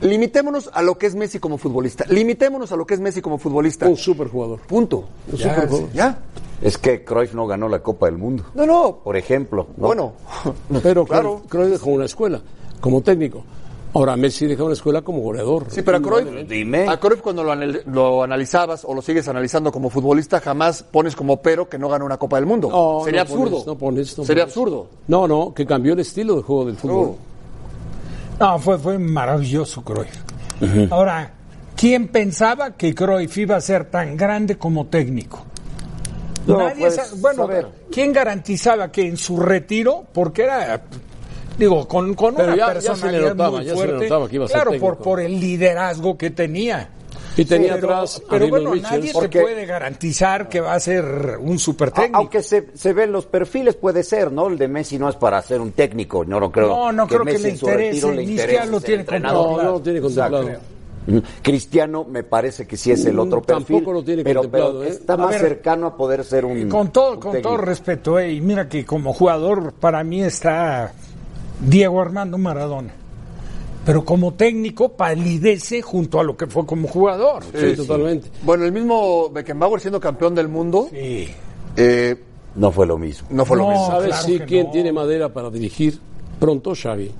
Speaker 3: limitémonos a lo que es Messi como futbolista. Limitémonos a lo que es Messi como futbolista.
Speaker 2: Un superjugador.
Speaker 3: Punto.
Speaker 2: Un
Speaker 3: Ya,
Speaker 2: superjugador.
Speaker 3: ya.
Speaker 4: Es que Cruyff no ganó la Copa del Mundo,
Speaker 3: No, no.
Speaker 4: por ejemplo. ¿no?
Speaker 3: Bueno,
Speaker 2: Pero
Speaker 3: Claro.
Speaker 2: claro. Cruyff dejó una escuela como técnico. Ahora Messi dejó una escuela como goleador.
Speaker 3: sí, pero a Cruyff,
Speaker 4: Dime.
Speaker 3: a Cruyff cuando lo, anal- lo analizabas o lo sigues analizando como futbolista, jamás pones como pero que no ganó una Copa del Mundo.
Speaker 2: No,
Speaker 3: Sería
Speaker 2: no
Speaker 3: absurdo.
Speaker 2: pones, no pones, no
Speaker 3: Sería
Speaker 2: pones.
Speaker 3: absurdo.
Speaker 2: No, no, que cambió el estilo de juego del fútbol.
Speaker 5: No, fue, fue maravilloso Cruyff. Ahora, ¿quién pensaba que Cruyff iba a ser tan grande como técnico?
Speaker 4: No,
Speaker 5: Nadie
Speaker 4: pues,
Speaker 5: sa- bueno,
Speaker 4: a ver.
Speaker 5: ¿quién garantizaba que en su retiro, porque era, digo, con, con
Speaker 2: Pero
Speaker 5: una
Speaker 2: ya- ya se le
Speaker 5: personalidad
Speaker 2: notaba,
Speaker 5: muy
Speaker 2: ya se le
Speaker 5: fuerte,
Speaker 2: notaba que iba a ser
Speaker 5: claro, por,
Speaker 2: técnico.
Speaker 5: por el liderazgo que tenía.
Speaker 2: Y tenía
Speaker 5: pero,
Speaker 2: atrás a
Speaker 5: pero
Speaker 2: Lionel
Speaker 5: bueno,
Speaker 2: Richards.
Speaker 5: nadie
Speaker 4: Porque-
Speaker 5: te puede garantizar que va a ser un super
Speaker 4: A-
Speaker 5: técnico.
Speaker 4: Aunque se, se ven los perfiles, puede ser, ¿no? El de Messi no es para ser un técnico, no, no creo.
Speaker 5: No, no creo que
Speaker 4: Messi
Speaker 5: le
Speaker 4: en su
Speaker 5: interese,
Speaker 4: retiro le
Speaker 5: ni
Speaker 4: interese
Speaker 5: siquiera lo
Speaker 4: ser
Speaker 5: tiene
Speaker 4: entrenador.
Speaker 5: controlado.
Speaker 2: No, no lo tiene
Speaker 4: Exacto.
Speaker 2: contemplado.
Speaker 4: Mm, Cristiano me parece que sí es el otro
Speaker 2: Tampoco
Speaker 4: perfil.
Speaker 2: lo tiene
Speaker 4: pero,
Speaker 2: contemplado,
Speaker 4: pero
Speaker 2: ¿eh?
Speaker 4: está
Speaker 5: A
Speaker 4: más
Speaker 5: ver, Eh,
Speaker 4: cercano a poder ser
Speaker 2: Mm.
Speaker 4: un.
Speaker 5: Con todo,
Speaker 4: un
Speaker 5: con
Speaker 4: técnico.
Speaker 5: todo respeto, eh, y mira que como jugador para mí está Diego Armando Maradona. Pero como técnico palidece junto a lo que fue como jugador.
Speaker 2: Sí, totalmente.
Speaker 3: Bueno, el mismo Beckenbauer siendo campeón del mundo
Speaker 5: Sí.
Speaker 3: eh,
Speaker 4: No fue lo mismo.
Speaker 3: no fue lo
Speaker 5: No,
Speaker 3: mismo.
Speaker 2: ¿Sabes
Speaker 5: claro
Speaker 2: sí
Speaker 5: que
Speaker 2: quién
Speaker 5: no.
Speaker 2: tiene madera para dirigir? Pronto Xavi.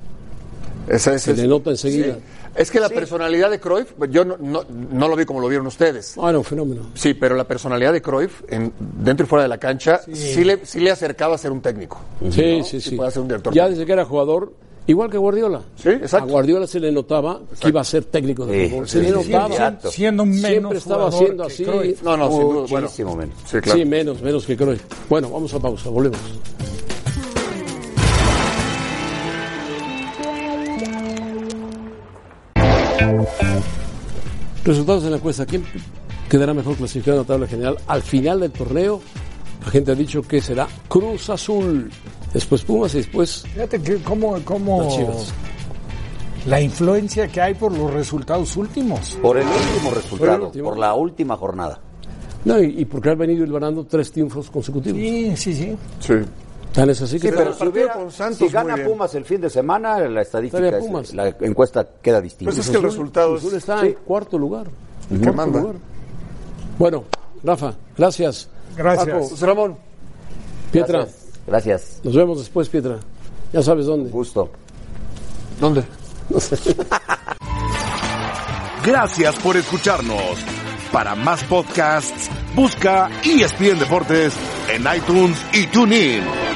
Speaker 3: Esa es,
Speaker 2: Se le nota enseguida.
Speaker 3: Es que la personalidad de Cruyff, yo no, no- no lo vi como lo vieron ustedes.
Speaker 2: Ah, era un fenómeno.
Speaker 3: Sí, pero la personalidad de Cruyff, en- dentro y fuera de la cancha, sí, le, sí le acercaba a ser un técnico.
Speaker 2: Sí,
Speaker 3: ¿no?
Speaker 2: sí,
Speaker 3: Sí
Speaker 2: sí.
Speaker 3: puede ser un director
Speaker 2: Ya
Speaker 3: técnico.
Speaker 2: desde que era jugador, igual que Guardiola.
Speaker 3: Sí, exacto.
Speaker 2: A Guardiola se le notaba que iba a ser técnico de
Speaker 4: Sí,
Speaker 2: fútbol.
Speaker 4: sí,
Speaker 2: Se le
Speaker 4: sí,
Speaker 2: notaba.
Speaker 4: sí, Exacto.
Speaker 5: Siendo menos
Speaker 2: Siempre estaba
Speaker 5: jugador
Speaker 2: haciendo
Speaker 5: que
Speaker 2: así.
Speaker 5: Cruyff.
Speaker 3: No, no, sin duda, bueno.
Speaker 4: Muchísimo menos.
Speaker 3: Sí, claro.
Speaker 2: Sí, menos, menos que Cruyff. Bueno, vamos a pausa, volvemos. Resultados de la encuesta. ¿Quién quedará mejor clasificado en la tabla general al final del torneo? La gente ha dicho que será Cruz Azul, después Pumas y después
Speaker 5: Fíjate que cómo, cómo
Speaker 2: Las Chivas.
Speaker 5: la influencia que hay por los resultados últimos.
Speaker 4: Por el último resultado, por,
Speaker 5: último.
Speaker 4: la última jornada.
Speaker 2: No, y, y porque ha venido ganando tres triunfos consecutivos.
Speaker 5: Sí, sí, sí.
Speaker 3: Sí.
Speaker 2: Tan es así que
Speaker 4: Sí, pero si, hubiera- si gana Pumas el fin de semana, la estadística,
Speaker 2: Estaría
Speaker 4: es-
Speaker 2: Pumas.
Speaker 4: la encuesta queda distinta.
Speaker 2: Pues es que el Cruz Azul- resultado Cruz Azul es- está en cuarto lugar.
Speaker 4: El
Speaker 2: Cuarto lugar. Bueno, Rafa, gracias. Paco,
Speaker 3: Ramón.
Speaker 2: Pietra.
Speaker 4: Gracias.
Speaker 2: Nos vemos después, Pietra. Ya sabes dónde.
Speaker 4: Gusto.
Speaker 3: ¿Dónde?
Speaker 2: No sé.
Speaker 10: Gracias por escucharnos. Para más podcasts, busca ESPN Deportes en iTunes y TuneIn.